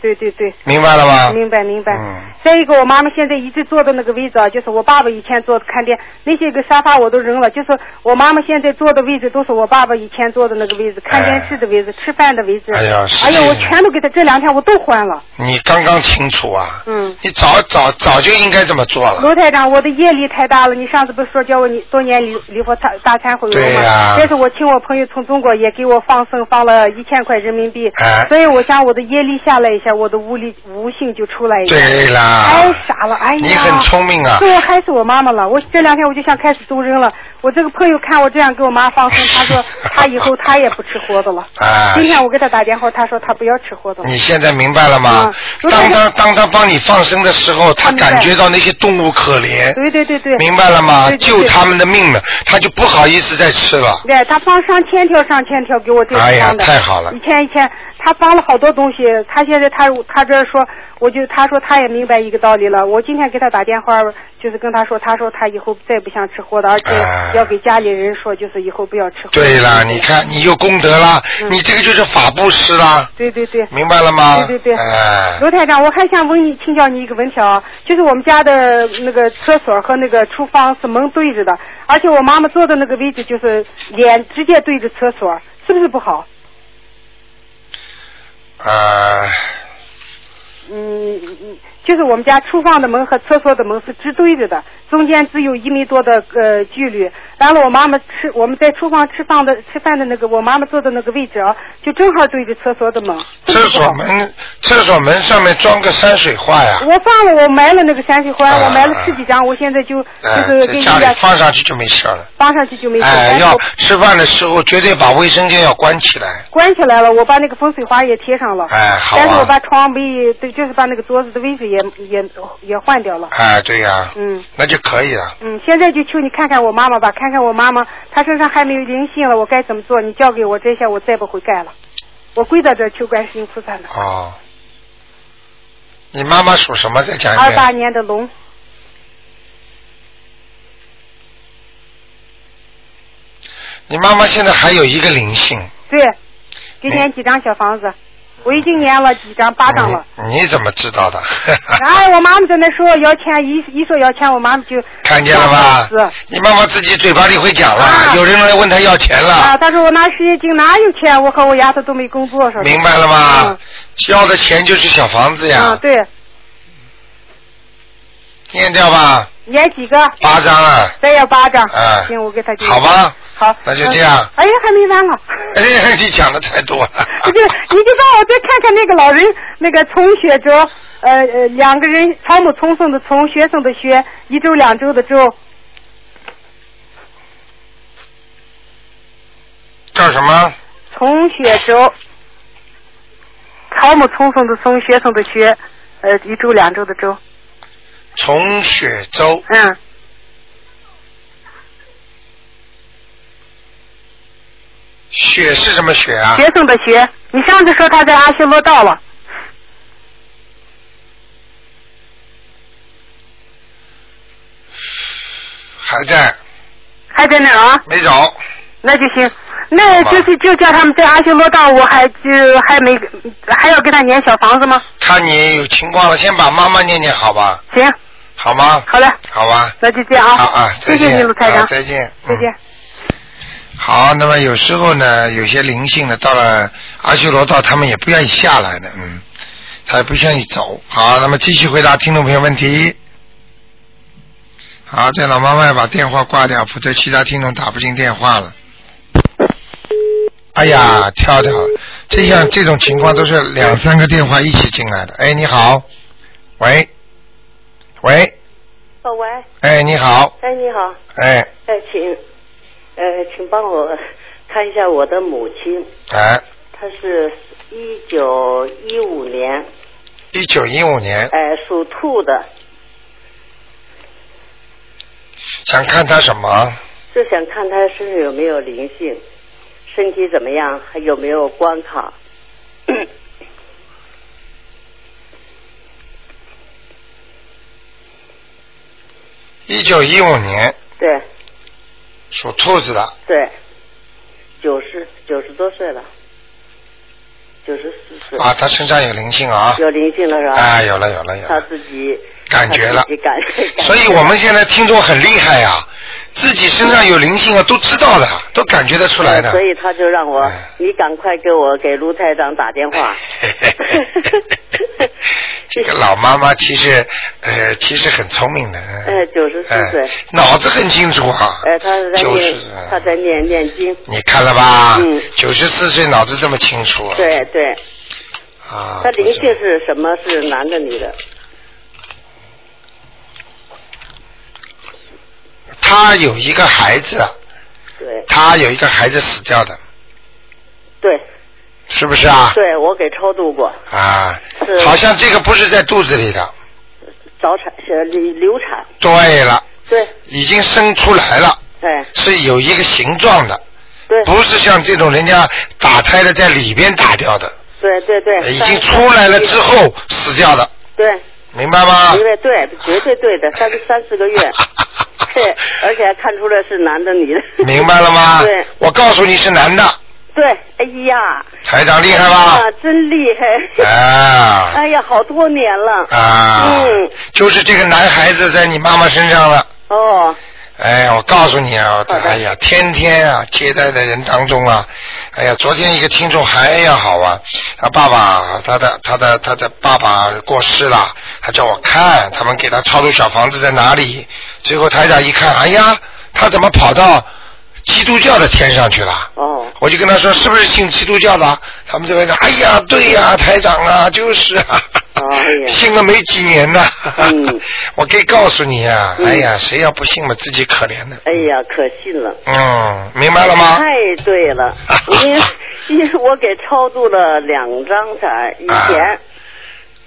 Speaker 4: 对对对。
Speaker 1: 明白了吗？
Speaker 4: 明白明白。
Speaker 1: 嗯
Speaker 4: 再一个，我妈妈现在一直坐的那个位置啊，就是我爸爸以前坐的看店那些个沙发我都扔了，就是我妈妈现在坐的位置都是我爸爸以前坐的那个位置，看电视的位置，吃饭的位置。
Speaker 1: 哎呀是
Speaker 4: 哎呀，我全都给他，这两天我都换了。
Speaker 1: 你刚刚清楚啊。
Speaker 4: 嗯。
Speaker 1: 你早早早就应该这么做了。
Speaker 4: 罗台长，我的业力太大了，你上次不是说教我你多年离离佛大大忏悔文吗？
Speaker 1: 对呀
Speaker 4: 这是我请我朋友从中国也给我放生，放了一千块人民币。
Speaker 1: 哎
Speaker 4: 所以我想我的业力下来一下，我的无力无性就出来一下。
Speaker 1: 对啦。
Speaker 4: 太傻了，哎呀！
Speaker 1: 你很聪明啊
Speaker 4: 是我害死我妈妈了。我这两天我就想开始动扔了。我这个朋友看我这样给我妈放生，他 说他以后他也不吃活的了。
Speaker 1: 啊
Speaker 4: 今天我给他打电话，他说他不要吃活的了。
Speaker 1: 你现在明白了吗？
Speaker 4: 嗯
Speaker 1: 当
Speaker 4: 如果
Speaker 1: 他当他帮你放生的时候，他
Speaker 4: 明白
Speaker 1: 感觉到那些动物可怜，
Speaker 4: 对对对对，
Speaker 1: 明白了吗？
Speaker 4: 对对嗯
Speaker 1: 救
Speaker 4: 对
Speaker 1: 他们的命了，他就不好意思再吃了。
Speaker 4: 对他放上千条上千条给我这个
Speaker 1: 哎呀
Speaker 4: 放的，
Speaker 1: 太好了
Speaker 4: 一千一千，他放了好多东西。他现在他他这说，我就他说他也明白一个道理了。我今天给他打电话，就是跟他说，他说他以后再不想吃活的，而且
Speaker 1: 哎
Speaker 4: 要给家里人说，就是以后不要吃活的。
Speaker 1: 对了，你看你有功德啦，
Speaker 4: 嗯
Speaker 1: 你这个就是法布施啦，
Speaker 4: 对对对。
Speaker 1: 明白了吗？
Speaker 4: 对对对
Speaker 1: 哎，
Speaker 4: 罗台长，我还想问你，请教你一个问题啊，就是我们家的那个厕所和那个厨房是门对着的，而且我妈妈坐的那个位置就是脸直接对着厕所，是不是不好？
Speaker 1: 呃，
Speaker 4: 嗯，嗯就是我们家厨房的门和厕所的门是直对着的，中间只有一米多的呃距离。完了，我妈妈吃我们在厨房吃饭的吃饭的那个我妈妈坐的那个位置啊，就正好对着厕所的门。
Speaker 1: 厕所门，厕所门上面装个山水画呀，
Speaker 4: 我放了，我埋了那个山水画，
Speaker 1: 啊
Speaker 4: 我埋了十几张，我现在就
Speaker 1: 哎
Speaker 4: 就是
Speaker 1: 在
Speaker 4: 给
Speaker 1: 家
Speaker 4: 人
Speaker 1: 里
Speaker 4: 家
Speaker 1: 放上去就没事了。
Speaker 4: 放上去就没事。
Speaker 1: 哎，
Speaker 4: 但是
Speaker 1: 要
Speaker 4: 我
Speaker 1: 吃饭的时候绝对把卫生间要关起来。
Speaker 4: 关起来了，我把那个风水画也贴上了。
Speaker 1: 哎，好
Speaker 4: 但是我
Speaker 1: 啊。
Speaker 4: 把床没对，就是把那个桌子的位置也也也换掉了。
Speaker 1: 哎，对呀、
Speaker 4: 嗯
Speaker 1: 那就可以了。
Speaker 4: 嗯，现在就求你看看我妈妈吧，看看我妈妈，她身上还没有灵性了，我该怎么做？你交给我，这下我再不会干了。我跪在这儿求观世音菩萨呢。
Speaker 1: 哦，你妈妈属什么？再讲
Speaker 4: 二
Speaker 1: 一
Speaker 4: 八
Speaker 1: 遍。
Speaker 4: 年的龙，
Speaker 1: 你妈妈现在还有一个灵性。
Speaker 4: 对，给念几张小房子，我已经念了几张八张了。
Speaker 1: 你你怎么知道的？
Speaker 4: 哎，我妈妈在那说要钱，一一说要钱，我妈妈就
Speaker 1: 看见了吧啊
Speaker 4: 是？
Speaker 1: 你妈妈自己嘴巴里会讲了，
Speaker 4: 啊
Speaker 1: 有人来问她要钱了，
Speaker 4: 啊，她说我拿失业金哪有钱？我和我丫头都没工作，说的
Speaker 1: 明白了吗？
Speaker 4: 嗯
Speaker 1: 要的钱就是小房子呀，
Speaker 4: 啊，对，
Speaker 1: 念掉吧，
Speaker 4: 念几个？
Speaker 1: 八张啊，
Speaker 4: 再要八张。
Speaker 1: 啊
Speaker 4: 行，我给他
Speaker 1: 好吧？
Speaker 4: 好，
Speaker 1: 那就这样
Speaker 4: 嗯哎呀，还没完了。
Speaker 1: 哎， 你讲的太多了。
Speaker 4: 你 就你就帮我再看看那个老人，那个从学者，呃呃，两个人草木丛生的从，学生的学，一周两周的周，
Speaker 1: 叫什么？
Speaker 4: 从学周，草木丛生的从，学生的学，呃，一周两周的周，
Speaker 1: 从雪州，
Speaker 4: 嗯，
Speaker 1: 雪是什么雪啊
Speaker 4: 学？生的学。你上次说他在阿修罗道了，
Speaker 1: 还在，
Speaker 4: 还在那儿啊？
Speaker 1: 没走。
Speaker 4: 那就行，那就是就叫他们在阿修罗道，我还就还没还要给他念小房子吗？
Speaker 1: 看你有情况了，先把妈妈念念好吧，
Speaker 4: 行，
Speaker 1: 好吗？
Speaker 4: 好嘞，
Speaker 1: 好吧。
Speaker 4: 那就这样啊。
Speaker 1: 好啊，再
Speaker 4: 谢
Speaker 1: 见，
Speaker 4: 谢你，卢台
Speaker 1: 啊
Speaker 4: 长，
Speaker 1: 再见，
Speaker 4: 再见
Speaker 1: 嗯。好，那么有时候呢，有些灵性呢，到了阿修罗道，他们也不愿意下来的，嗯，他也不愿意走。好，那么继续回答听众朋友问题。好，这老妈妈要把电话挂掉，否则其他听众打不进电话了。哎呀，跳掉了！这样这种情况都是两三个电话一起进来的。哎，你好，喂，喂，
Speaker 5: 哦喂，
Speaker 1: 哎，你好，
Speaker 5: 哎你好，
Speaker 1: 哎，
Speaker 5: 哎请，呃请帮我看一下我的母亲，
Speaker 1: 哎，
Speaker 5: 她是一九一五年，
Speaker 1: 一九一五年，
Speaker 5: 哎、属兔的，
Speaker 1: 想看他什么？
Speaker 5: 就想看她身上有没有灵性，身体怎么样，还有没有关卡。
Speaker 1: 一九一五年
Speaker 5: 对
Speaker 1: 属兔子的，
Speaker 5: 对，九十九十多岁了，九十四岁，
Speaker 1: 啊，他身上有灵性啊，
Speaker 5: 有灵性了是吧？
Speaker 1: 哎，有了有了有
Speaker 5: 她
Speaker 1: 了，
Speaker 5: 自己
Speaker 1: 感觉
Speaker 5: 她
Speaker 1: 了
Speaker 5: 自己感， 感
Speaker 1: 所以
Speaker 5: 觉
Speaker 1: 我们现在听众很厉害呀、自己身上有灵性啊，都知道的，都感觉得出来的
Speaker 5: 哎嗯所。以他就让我，
Speaker 1: 哎。
Speaker 5: 你赶快给我给卢台长打电话
Speaker 1: 这个老妈妈其实，呃，其实很聪明的。
Speaker 5: 哎94岁
Speaker 1: 哎脑子很清楚啊。
Speaker 5: 哎，他是在
Speaker 1: 九
Speaker 5: 念
Speaker 1: 十，，嗯
Speaker 5: 他在念念经。
Speaker 1: 你看了吧？
Speaker 5: 嗯
Speaker 1: 九十四岁脑子这么清楚啊。
Speaker 5: 对对，
Speaker 1: 啊。
Speaker 5: 他灵性
Speaker 1: 不是
Speaker 5: 是什么？是男的女的？
Speaker 1: 他有一个孩子，
Speaker 5: 对
Speaker 1: 他有一个孩子死掉的，
Speaker 5: 对
Speaker 1: 是不是啊？
Speaker 5: 对，我给超度过，
Speaker 1: 啊，
Speaker 5: 是
Speaker 1: 好像这个不是在肚子里的。
Speaker 5: 早产呃流流产。
Speaker 1: 对了，
Speaker 5: 对，
Speaker 1: 已经生出来了，
Speaker 5: 哎
Speaker 1: 是有一个形状的，
Speaker 5: 对
Speaker 1: 不是像这种人家打胎的在里边打掉的，
Speaker 5: 对对对，
Speaker 1: 哎已
Speaker 5: 三
Speaker 1: 经出来了之。啊后死掉的，
Speaker 5: 对，
Speaker 1: 明白吗？
Speaker 5: 因为对，绝对对 的，三三四个月。对，而且还看出来是男的女的。
Speaker 1: 明白了吗？
Speaker 5: 对
Speaker 1: 我告诉你是男的，
Speaker 5: 对，哎呀。
Speaker 1: 台长厉害吧
Speaker 5: 啊？，真厉害！
Speaker 1: 啊
Speaker 5: 哎呀，好多年了。
Speaker 1: 啊
Speaker 5: 嗯，
Speaker 1: 就是这个男孩子在你妈妈身上了。
Speaker 5: 哦，
Speaker 1: 哎呀，我告诉你啊，
Speaker 5: 好的
Speaker 1: 哎呀，天天啊，接待的人当中啊，哎呀，昨天一个听众还要好啊，他爸爸，他的他的他的爸爸过世了，他叫我看他们给他超度小房子在哪里，结果台长一看，哎呀，他怎么跑到基督教的天上去了？
Speaker 5: 哦，
Speaker 1: 我就跟他说是不是信基督教的啊？他们这边说，哎呀，对呀、台长啊，就是啊，
Speaker 5: 哎呀
Speaker 1: 信了没几年呢。
Speaker 5: 嗯
Speaker 1: 我可以告诉你呀、
Speaker 5: 嗯
Speaker 1: 哎呀，谁要不信嘛，自己可怜的。
Speaker 5: 哎呀，可信了。
Speaker 1: 嗯，明白了吗？
Speaker 5: 太对 了，因为因为我给超度了两张崽，以前、
Speaker 1: 啊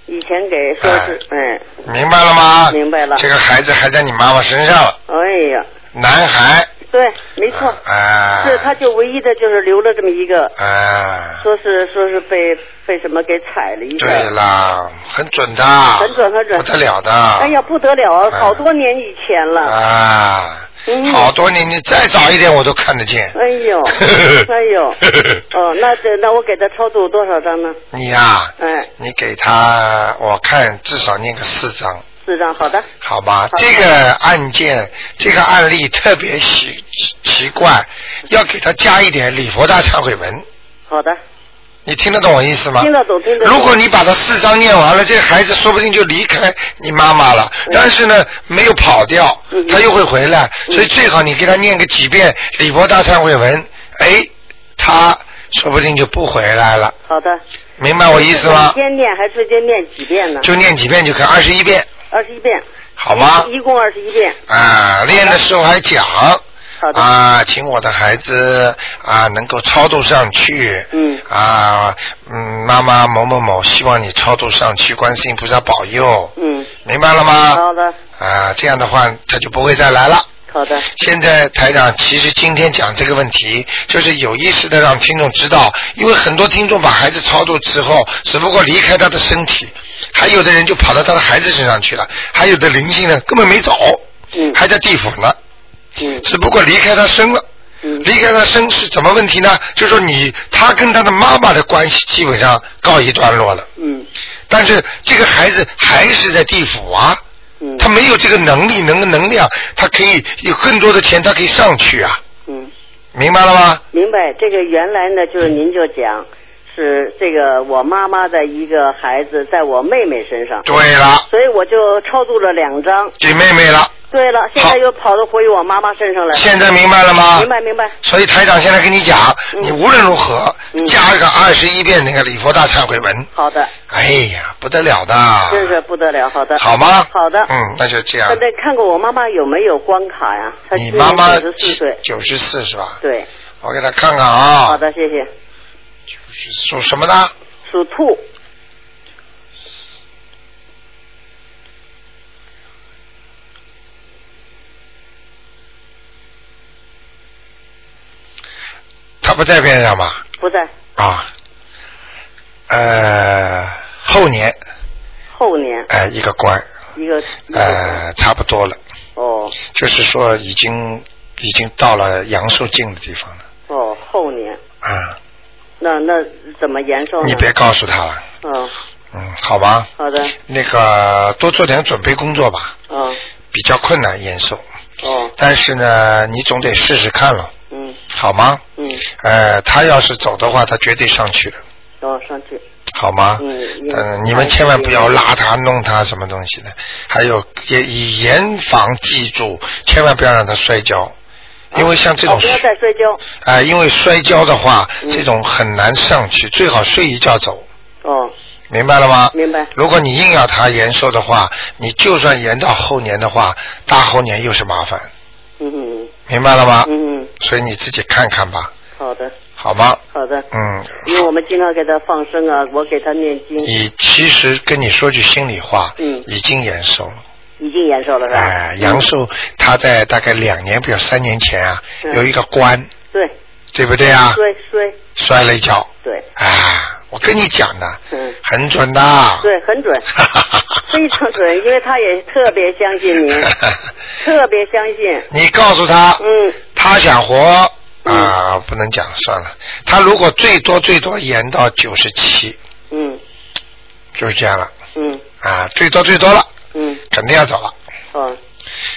Speaker 5: 以前给说是，哎，
Speaker 1: 明白了吗？
Speaker 5: 明白了
Speaker 1: 啊这个孩子还在你妈妈身上了，
Speaker 5: 哎呀，
Speaker 1: 男孩。
Speaker 5: 对，没错，
Speaker 1: 啊。
Speaker 5: 哦是他就唯一的就是留了这么一个，
Speaker 1: 啊。
Speaker 5: 说是说是被被什么给踩了一下，
Speaker 1: 对啦，很准的，
Speaker 5: 很准很准
Speaker 1: 不得了的。
Speaker 5: 哎呀，不得了，
Speaker 1: 哎
Speaker 5: 好多年以前了，
Speaker 1: 啊，
Speaker 5: 嗯
Speaker 1: 好多年，你再早一点我都看得见。
Speaker 5: 哎 呦哎呦，哦，那这那我给他超度多少张呢？
Speaker 1: 你呀、
Speaker 5: 哎，
Speaker 1: 你给他，我看至少念个四张，
Speaker 5: 四张，好的，
Speaker 1: 好吧？
Speaker 5: 的
Speaker 1: 这个案件，这个案例特别奇奇奇怪，要给他加一点礼佛大忏悔文。
Speaker 5: 好的，
Speaker 1: 你听得懂我意思吗？
Speaker 5: 听得懂听得懂
Speaker 1: 如果你把他四章念完了，这孩子说不定就离开你妈妈了。但是呢，没有跑掉，
Speaker 5: 嗯
Speaker 1: 他又会回来，所以最好你给他念个几遍礼佛大忏悔文，哎，他说不定就不回来了。
Speaker 5: 好的，
Speaker 1: 明白我意思吗
Speaker 5: 是每？天念还是先念几遍呢？
Speaker 1: 就念几遍就可以，二十一遍，
Speaker 5: 二十一遍，
Speaker 1: 好吗？
Speaker 5: 一共二十一遍。
Speaker 1: 啊，练的时候还讲。
Speaker 5: 好的，
Speaker 1: 啊，请我的孩子啊能够超度上去。
Speaker 5: 嗯
Speaker 1: 啊，嗯，妈妈某某某，希望你超度上去，观世音菩萨保佑。
Speaker 5: 嗯，
Speaker 1: 明白了吗？
Speaker 5: 好的，
Speaker 1: 啊，这样的话他就不会再来了。
Speaker 5: 好的，
Speaker 1: 现在台长其实今天讲这个问题，就是有意识的让听众知道，因为很多听众把孩子超度之后，只不过离开他的身体，还有的人就跑到他的孩子身上去了，还有的灵性呢根本没走，
Speaker 5: 嗯
Speaker 1: 还在地府呢，
Speaker 5: 嗯
Speaker 1: 只不过离开他身了。
Speaker 5: 嗯
Speaker 1: 离开他身是怎么问题呢？就是说你他跟他的妈妈的关系基本上告一段落了，
Speaker 5: 嗯
Speaker 1: 但是这个孩子还是在地府啊，
Speaker 5: 嗯
Speaker 1: 他没有这个能力、能能量，他可以有更多的钱，他可以上去啊，
Speaker 5: 嗯，
Speaker 1: 明白了吗？
Speaker 5: 明白。这个原来呢，就是您就讲是这个我妈妈的一个孩子在我妹妹身上，
Speaker 1: 对了，
Speaker 5: 所以我就超度了两张。
Speaker 1: 给妹妹了，
Speaker 5: 对了，现
Speaker 1: 好
Speaker 5: 在又跑到回我妈妈身上来了。
Speaker 1: 现在明白了吗？
Speaker 5: 明白明白，
Speaker 1: 所以台长现在跟你讲，
Speaker 5: 嗯
Speaker 1: 你无论如何
Speaker 5: 嗯
Speaker 1: 加一个二十一遍那个礼佛大忏悔文，
Speaker 5: 好的，
Speaker 1: 哎呀，不得了的，
Speaker 5: 真是不得了，好的，
Speaker 1: 啊好吗？
Speaker 5: 好的，
Speaker 1: 嗯，那就这样
Speaker 5: 那。得看看我妈妈有没有关卡呀？她
Speaker 1: 你妈妈
Speaker 5: 十四岁，
Speaker 1: 九十四是吧？
Speaker 5: 对，
Speaker 1: 我给他看看啊。
Speaker 5: 好。的，谢谢。
Speaker 1: 属什么呢？
Speaker 5: 属兔，
Speaker 1: 他不在边上吧？
Speaker 5: 不在
Speaker 1: 啊。呃，后年
Speaker 5: 后年
Speaker 1: 哎、一个官，
Speaker 5: 一个
Speaker 1: 呃，
Speaker 5: 嗯
Speaker 1: 差不多了，
Speaker 5: 哦
Speaker 1: 就是说已经已经到了阳寿尽的地方了
Speaker 5: 哦后年，
Speaker 1: 啊、
Speaker 5: 哦那那怎么延寿呢？
Speaker 1: 你别告诉他了，
Speaker 5: 嗯，
Speaker 1: 嗯，好吧？
Speaker 5: 好的，
Speaker 1: 那个多做点准备工作吧，
Speaker 5: 嗯
Speaker 1: 比较困难延寿，
Speaker 5: 哦
Speaker 1: 但是呢，你总得试试看了，
Speaker 5: 嗯
Speaker 1: 好吗？
Speaker 5: 嗯，
Speaker 1: 呃，他要是走的话，他绝对上去的，
Speaker 5: 哦上去，
Speaker 1: 好吗？
Speaker 5: 嗯
Speaker 1: 嗯，
Speaker 5: 嗯
Speaker 1: 你们千万不要拉他、弄他什么东西的，还有也以严防记住，千万不要让他摔跤，因为像这种
Speaker 5: 哦不要再嗯摔跤
Speaker 1: 哎、因为摔跤的话，这种很难上去，最好睡一觉走，
Speaker 5: 哦，
Speaker 1: 明白了吗？
Speaker 5: 明白
Speaker 1: 如果你硬要他延寿的话，你就算延到后年的话，大后年又是麻烦，
Speaker 5: 嗯嗯
Speaker 1: 明白了吗？
Speaker 5: 嗯嗯，
Speaker 1: 所以你自己看看吧，
Speaker 5: 好的
Speaker 1: 好吗？
Speaker 5: 好的，
Speaker 1: 嗯，
Speaker 5: 因为我们经常给他放生啊，我给他念经，
Speaker 1: 你其实跟你说句心里话，
Speaker 5: 嗯
Speaker 1: 已经延寿了。
Speaker 5: 已经延寿了是吧？
Speaker 1: 哎，阳寿他在大概两年，比如三年前啊，
Speaker 5: 嗯
Speaker 1: 有一个官，
Speaker 5: 对
Speaker 1: 对不对啊？
Speaker 5: 摔摔
Speaker 1: 摔了一跤，
Speaker 5: 对，
Speaker 1: 啊，我跟你讲的，
Speaker 5: 嗯
Speaker 1: 很准的。，
Speaker 5: 对很准非常准，因为他也特别相信您，特别相信，
Speaker 1: 你告诉他，
Speaker 5: 嗯
Speaker 1: 他想活啊，不能讲算了。他如果最多最多延到九十七，
Speaker 5: 嗯
Speaker 1: 就是这样了
Speaker 5: 嗯
Speaker 1: 啊，最多最多了，
Speaker 5: 嗯，
Speaker 1: 肯定要走了。
Speaker 5: 哦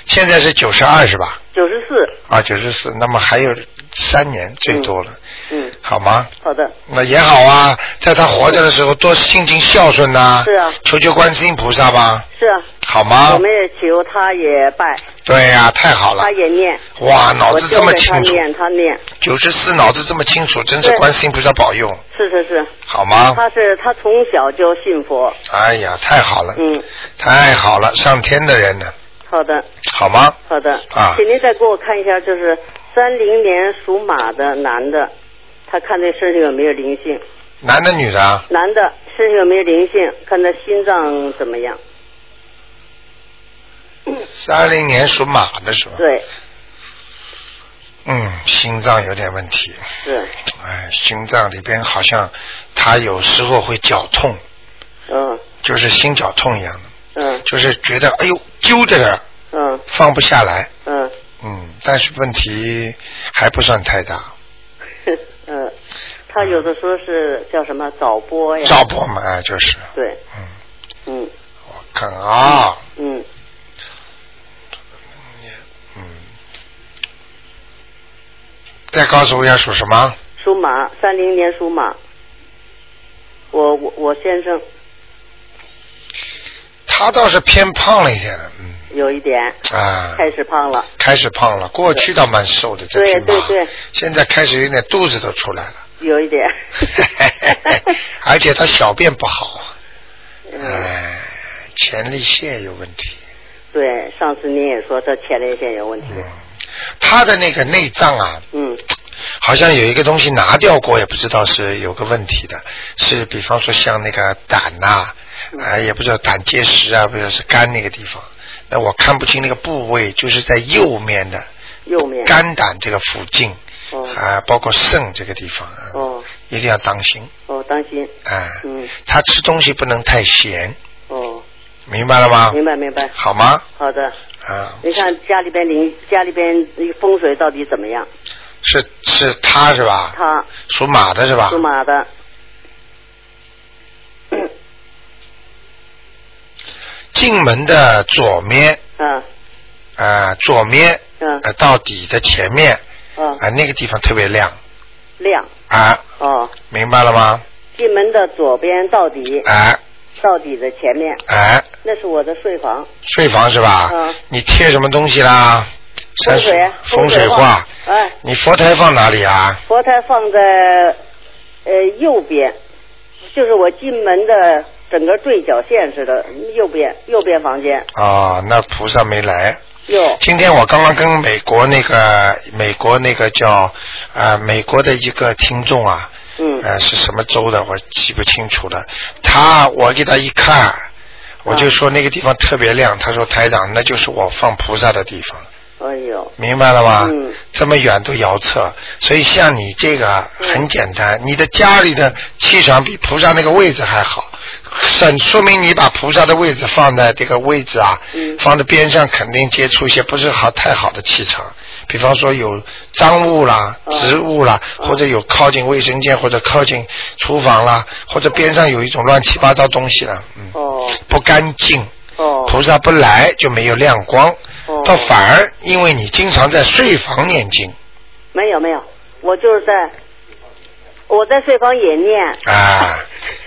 Speaker 1: 现在是九十二是吧？
Speaker 5: 九十四，
Speaker 1: 啊，九十四，那么还有三年最多了。
Speaker 5: 嗯
Speaker 1: 好吗？
Speaker 5: 好的，
Speaker 1: 那也好啊，在他活着的时候多心情孝顺呐、
Speaker 5: 是啊
Speaker 1: 求求观世音菩萨吧，
Speaker 5: 是啊，
Speaker 1: 好吗
Speaker 5: 我？们哎也求他也拜，
Speaker 1: 对呀、太好了
Speaker 5: 他，也念，
Speaker 1: 哇，脑
Speaker 5: 我
Speaker 1: 子
Speaker 5: 教
Speaker 1: 这么
Speaker 5: 给
Speaker 1: 清
Speaker 5: 他
Speaker 1: 楚，
Speaker 5: 念，他念，
Speaker 1: 九十四脑子这么清楚，真是
Speaker 5: 对
Speaker 1: 观世音菩萨保佑，
Speaker 5: 是是是，
Speaker 1: 好吗？
Speaker 5: 他是他从小就信佛，
Speaker 1: 哎呀，太好了，
Speaker 5: 嗯，
Speaker 1: 太好了，上天的人呢，
Speaker 5: 好的
Speaker 1: 好吗？
Speaker 5: 好的，
Speaker 1: 啊
Speaker 5: 请您再给我看一下，就是三零年属马的男的，他看这身上有没有灵性，
Speaker 1: 男的女的啊？
Speaker 5: 男的身上有没有灵性，看他心脏怎么样，
Speaker 1: 三零年属马的是吧？
Speaker 5: 对，
Speaker 1: 嗯，心脏有点问题，
Speaker 5: 是，
Speaker 1: 哎，心脏里边好像他有时候会绞痛，
Speaker 5: 嗯
Speaker 1: 就是心绞痛一样的，
Speaker 5: 嗯
Speaker 1: 就是觉得哎呦揪着的
Speaker 5: 嗯
Speaker 1: 放不下来，
Speaker 5: 嗯
Speaker 1: 嗯，但是问题还不算太大，
Speaker 5: 呵嗯，他有的时候是叫什么早播呀，
Speaker 1: 照播嘛，哎，就是，
Speaker 5: 对，
Speaker 1: 嗯，
Speaker 5: 嗯
Speaker 1: 我看啊，
Speaker 5: 嗯
Speaker 1: 嗯，再告诉我要属什么？
Speaker 5: 属马，三零年属马。我我我先生
Speaker 1: 他倒是偏胖了一点了，嗯，
Speaker 5: 有一点
Speaker 1: 啊，
Speaker 5: 开始胖了，
Speaker 1: 开始胖了，过去倒蛮瘦的，这
Speaker 5: 对
Speaker 1: 匹马
Speaker 5: 对对
Speaker 1: 现在开始有点肚子都出来了，
Speaker 5: 有一点。
Speaker 1: 而且他小便不好，啊
Speaker 5: 嗯，
Speaker 1: 哎，前列腺有问题，
Speaker 5: 对，上次您也说他前列腺有问题。
Speaker 1: 嗯，他的那个内脏啊，
Speaker 5: 嗯
Speaker 1: 好像有一个东西拿掉过，也不知道是有个问题的，是比方说像那个胆呐、啊，哎，也不知道胆结石啊，不知道是肝那个地方，那我看不清那个部位，就是在右面的
Speaker 5: 右面。
Speaker 1: 肝胆这个附近。
Speaker 5: 哦
Speaker 1: 啊，包括肾这个地方啊，
Speaker 5: 哦
Speaker 1: 一定要当心
Speaker 5: 哦，当心。
Speaker 1: 啊。
Speaker 5: 嗯
Speaker 1: 他吃东西不能太咸，
Speaker 5: 哦，
Speaker 1: 明白了吗？
Speaker 5: 明白明白。
Speaker 1: 好吗？
Speaker 5: 好的，
Speaker 1: 啊，
Speaker 5: 你看家里边邻家里边那个风水到底怎么样？
Speaker 1: 是是他是吧？
Speaker 5: 他
Speaker 1: 属马的是吧
Speaker 5: 属？马的，嗯
Speaker 1: 进门的左面
Speaker 5: 嗯
Speaker 1: 啊，左面
Speaker 5: 嗯
Speaker 1: 啊到底的前面
Speaker 5: 嗯，
Speaker 1: 啊，那个地方特别亮
Speaker 5: 亮
Speaker 1: 啊，
Speaker 5: 哦，
Speaker 1: 明白了吗？
Speaker 5: 进门的左边到底
Speaker 1: 哎
Speaker 5: 到底的前面，
Speaker 1: 哎，
Speaker 5: 那是我的睡房。
Speaker 1: 睡房是吧
Speaker 5: 嗯？
Speaker 1: 你贴什么东西啦？山
Speaker 5: 风水啊
Speaker 1: 风水
Speaker 5: 水
Speaker 1: 画。
Speaker 5: 哎，
Speaker 1: 你佛台放哪里啊？
Speaker 5: 佛台放在呃右边，就是我进门的整个对角线似的，嗯右边右边房间
Speaker 1: 哦，那菩萨没来。
Speaker 5: 右
Speaker 1: 今天我刚刚跟美国那个美国那个叫呃美国的一个听众啊，
Speaker 5: 嗯
Speaker 1: 呃是什么州的我记不清楚了。他我给他一看，我就说那个地方特别亮，他说台长那就是我放菩萨的地方，
Speaker 5: 哎呦，
Speaker 1: 明白了吗？
Speaker 5: 嗯
Speaker 1: 这么远都遥测，所以像你这个啊
Speaker 5: 嗯
Speaker 1: 很简单，你的家里的气场比菩萨那个位置还好。很说明你把菩萨的位置放在这个位置啊，
Speaker 5: 嗯
Speaker 1: 放在边上肯定接触一些不是好太好的气场，比方说有脏物啦、
Speaker 5: 哦
Speaker 1: 植物啦，
Speaker 5: 哦
Speaker 1: 或者有靠近卫生间或者靠近厨房啦，或者边上有一种乱七八糟东西了，嗯，
Speaker 5: 哦
Speaker 1: 不干净，
Speaker 5: 哦
Speaker 1: 菩萨不来就没有亮光，
Speaker 5: 哦，
Speaker 1: 倒反而因为你经常在睡房念经
Speaker 5: 没有没有，我就是在我在睡房也念。
Speaker 1: 啊，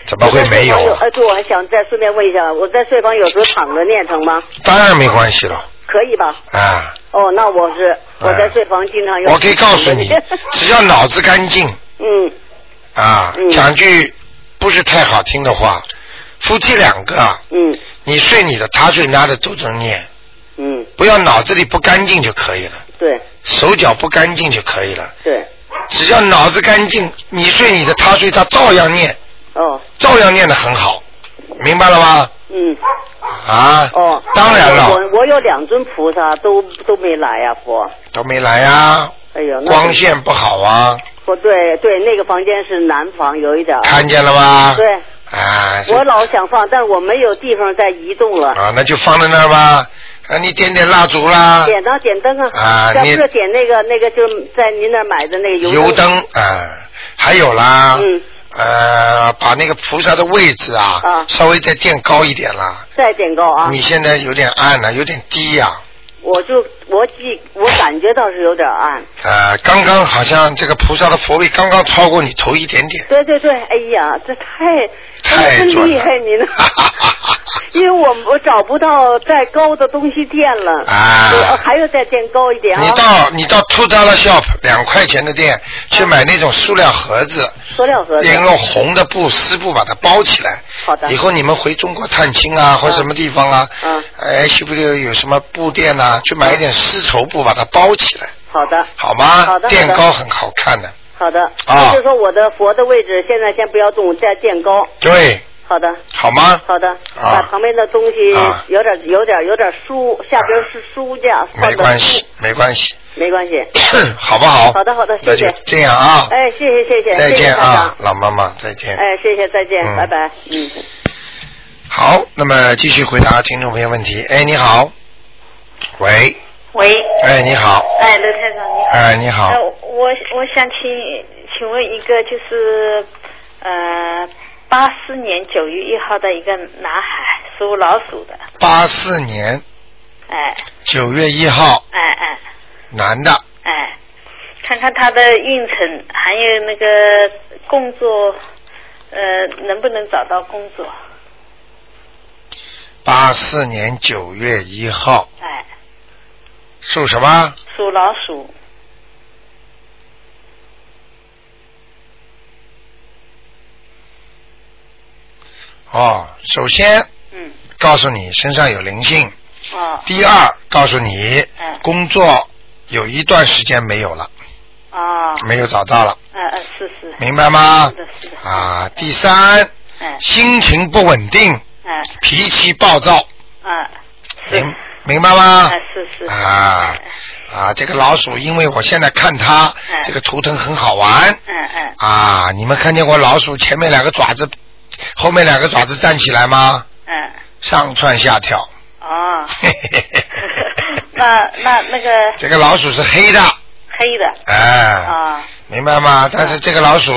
Speaker 1: 怎么会没有
Speaker 5: 我在睡
Speaker 1: 啊
Speaker 5: 房？哎，对，我还想再顺便问一下，我在睡房有时候躺着念成吗？
Speaker 1: 当然没关系了
Speaker 5: 可以吧？
Speaker 1: 啊！
Speaker 5: 哦，那我是我在睡房经常有。，
Speaker 1: 哎我可以告诉你只要脑子干净
Speaker 5: 嗯，
Speaker 1: 啊
Speaker 5: 嗯，
Speaker 1: 讲句不是太好听的话，夫妻两个啊
Speaker 5: 嗯
Speaker 1: 你睡你的，他睡他的，都能念，
Speaker 5: 嗯，
Speaker 1: 不要脑子里不干净就可以了，
Speaker 5: 对
Speaker 1: 手脚不干净就可以了，
Speaker 5: 对，
Speaker 1: 只要脑子干净，你睡你的，他睡他，照样念，
Speaker 5: 哦
Speaker 1: 照样念的很好，明白了吗？
Speaker 5: 嗯
Speaker 1: 啊，
Speaker 5: 哦，
Speaker 1: 当然了，
Speaker 5: 我我有两尊菩萨都都没来呀、佛。
Speaker 1: 都没来啊，
Speaker 5: 哎呦，那
Speaker 1: 光线不好啊，
Speaker 5: 不对对，那个房间是南房，有一点儿。
Speaker 1: 看见了吗？
Speaker 5: 啊对，
Speaker 1: 啊，
Speaker 5: 我老想放，但是我没有地方再移动了。
Speaker 1: 啊，那就放在那儿吧，啊，你点点蜡烛啦，
Speaker 5: 点灯点灯啊！
Speaker 1: 啊
Speaker 5: 要不
Speaker 1: 你
Speaker 5: 是点那个那个，就是在您那儿买的那个
Speaker 1: 油
Speaker 5: 灯。
Speaker 1: 灯啊，还有啦，
Speaker 5: 嗯，
Speaker 1: 呃，把那个菩萨的位置啊，
Speaker 5: 啊
Speaker 1: 稍微再垫高一点啦。
Speaker 5: 再点高啊！
Speaker 1: 啊你现在有点暗了，有点低呀、
Speaker 5: 我就我记我感觉到是有点暗。
Speaker 1: 呃，刚刚好像这个菩萨的佛位刚刚超过你头一点点。
Speaker 5: 对对对，哎呀，这太
Speaker 1: 太
Speaker 5: 真
Speaker 1: 准了
Speaker 5: 厉 害您了，因为我我找不到再高的东西垫了，
Speaker 1: 啊
Speaker 5: 我还要再垫高一点啊
Speaker 1: 你，到你到 Two Dollar Shop 两块钱的店去买那种塑料盒子，
Speaker 5: 塑料盒子，
Speaker 1: 用红的布丝布把它包起来。
Speaker 5: 好的
Speaker 1: 以后你们回中国探亲啊，或者什么地方啊，
Speaker 5: 嗯
Speaker 1: ，H不就有什么布店呐、去买一点丝绸布把它包起来，
Speaker 5: 好的
Speaker 1: 好吗？
Speaker 5: 好的
Speaker 1: 垫
Speaker 5: 好的
Speaker 1: 高很好看的。
Speaker 5: 好的，
Speaker 1: 啊
Speaker 5: 就是说我的佛的位置现在先不要动，再垫高，
Speaker 1: 对，
Speaker 5: 好的。
Speaker 1: 好吗？
Speaker 5: 好的，把旁边的东西
Speaker 1: 啊
Speaker 5: 有点、有点、有点书，下边是书架，放
Speaker 1: 没
Speaker 5: 的
Speaker 1: 关
Speaker 5: 书
Speaker 1: 系，，没关系，
Speaker 5: 没关系。
Speaker 1: 好不好？
Speaker 5: 好的好的谢谢
Speaker 1: 那就这样啊。
Speaker 5: 哎，谢谢谢谢，
Speaker 1: 再
Speaker 5: 谢谢
Speaker 1: 见
Speaker 5: 台长
Speaker 1: 啊，老妈妈，再见。
Speaker 5: 哎，谢谢，再见，
Speaker 1: 嗯
Speaker 5: 拜拜，嗯。
Speaker 1: 好，那么继续回答听众朋友问题。哎，你好，喂，
Speaker 6: 喂，
Speaker 1: 哎，你好，
Speaker 6: 哎，刘台长你好。
Speaker 1: 哎，你好
Speaker 6: 呃，，我我想请请问一个就是呃八四年九月一号的一个男孩，属老鼠的，
Speaker 1: 八四年
Speaker 6: 哎
Speaker 1: 九月一号，
Speaker 6: 哎哎
Speaker 1: 男的，
Speaker 6: 哎，看看他的运程，还有那个工作，呃，能不能找到工作？
Speaker 1: 八四年九月一号，
Speaker 6: 哎，
Speaker 1: 属什么？
Speaker 6: 属老鼠，
Speaker 1: 哦，首先
Speaker 6: 嗯，
Speaker 1: 告诉你身上有灵性，
Speaker 6: 哦
Speaker 1: 第二告诉你
Speaker 6: 哎
Speaker 1: 工作有一段时间没有了，
Speaker 6: 哦，
Speaker 5: 嗯
Speaker 1: 没有找到了，
Speaker 6: 呃呃，是是，
Speaker 1: 明白吗
Speaker 6: 是？的是的，
Speaker 1: 啊，第三，
Speaker 6: 哎
Speaker 1: 心情不稳定，
Speaker 6: 哎
Speaker 1: 脾气暴躁，
Speaker 6: 哎，是
Speaker 5: 嗯
Speaker 1: 明，明白吗
Speaker 6: 哎？是是，
Speaker 1: 啊
Speaker 6: 哎
Speaker 1: 啊，这个老鼠，因为我现在看它
Speaker 6: 哎
Speaker 1: 这个图腾很好玩
Speaker 6: 嗯嗯，
Speaker 1: 啊，你们看见过老鼠前面两个爪子，后面两个爪子站起来吗？
Speaker 6: 嗯，
Speaker 1: 上蹿下 跳。
Speaker 6: 哦，
Speaker 1: 嘿嘿嘿嘿
Speaker 6: 那那那个
Speaker 1: 这个老鼠是黑的，
Speaker 6: 黑的
Speaker 1: 哎，
Speaker 6: 啊，
Speaker 1: 明白吗？但是这个老鼠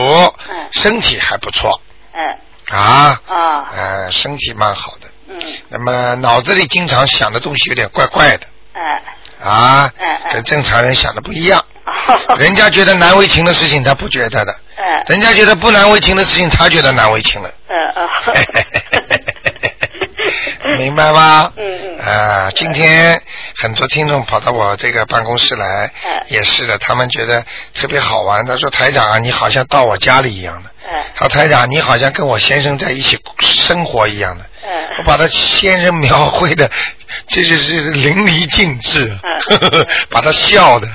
Speaker 6: 嗯
Speaker 1: 身体还不错
Speaker 6: 嗯
Speaker 1: 啊，
Speaker 6: 啊，
Speaker 1: 呃，身体蛮好的。
Speaker 6: 嗯，
Speaker 1: 那么脑子里经常想的东西有点怪怪的
Speaker 6: 哎，
Speaker 1: 啊
Speaker 6: 嗯，嗯
Speaker 1: 跟正常人想的不一样。
Speaker 6: 哦
Speaker 1: 人家觉得难为情的事情，他不觉得的；
Speaker 6: 哎，
Speaker 1: 人家觉得不难为情的事情，他觉得难为情了。
Speaker 6: 呃呃，
Speaker 1: 明白吗？
Speaker 6: 嗯嗯
Speaker 1: 啊，今天很多听众跑到我这个办公室来
Speaker 6: 嗯，
Speaker 1: 也是的，他们觉得特别好玩。他说：“台长啊，你好像到我家里一样的。”
Speaker 6: 哎
Speaker 1: 他说：“台长，你好像跟我先生在一起生活一样的。”
Speaker 6: 哎
Speaker 1: 我把他先生描绘的， 这就是淋漓尽致
Speaker 6: 嗯嗯，
Speaker 1: 把他笑的。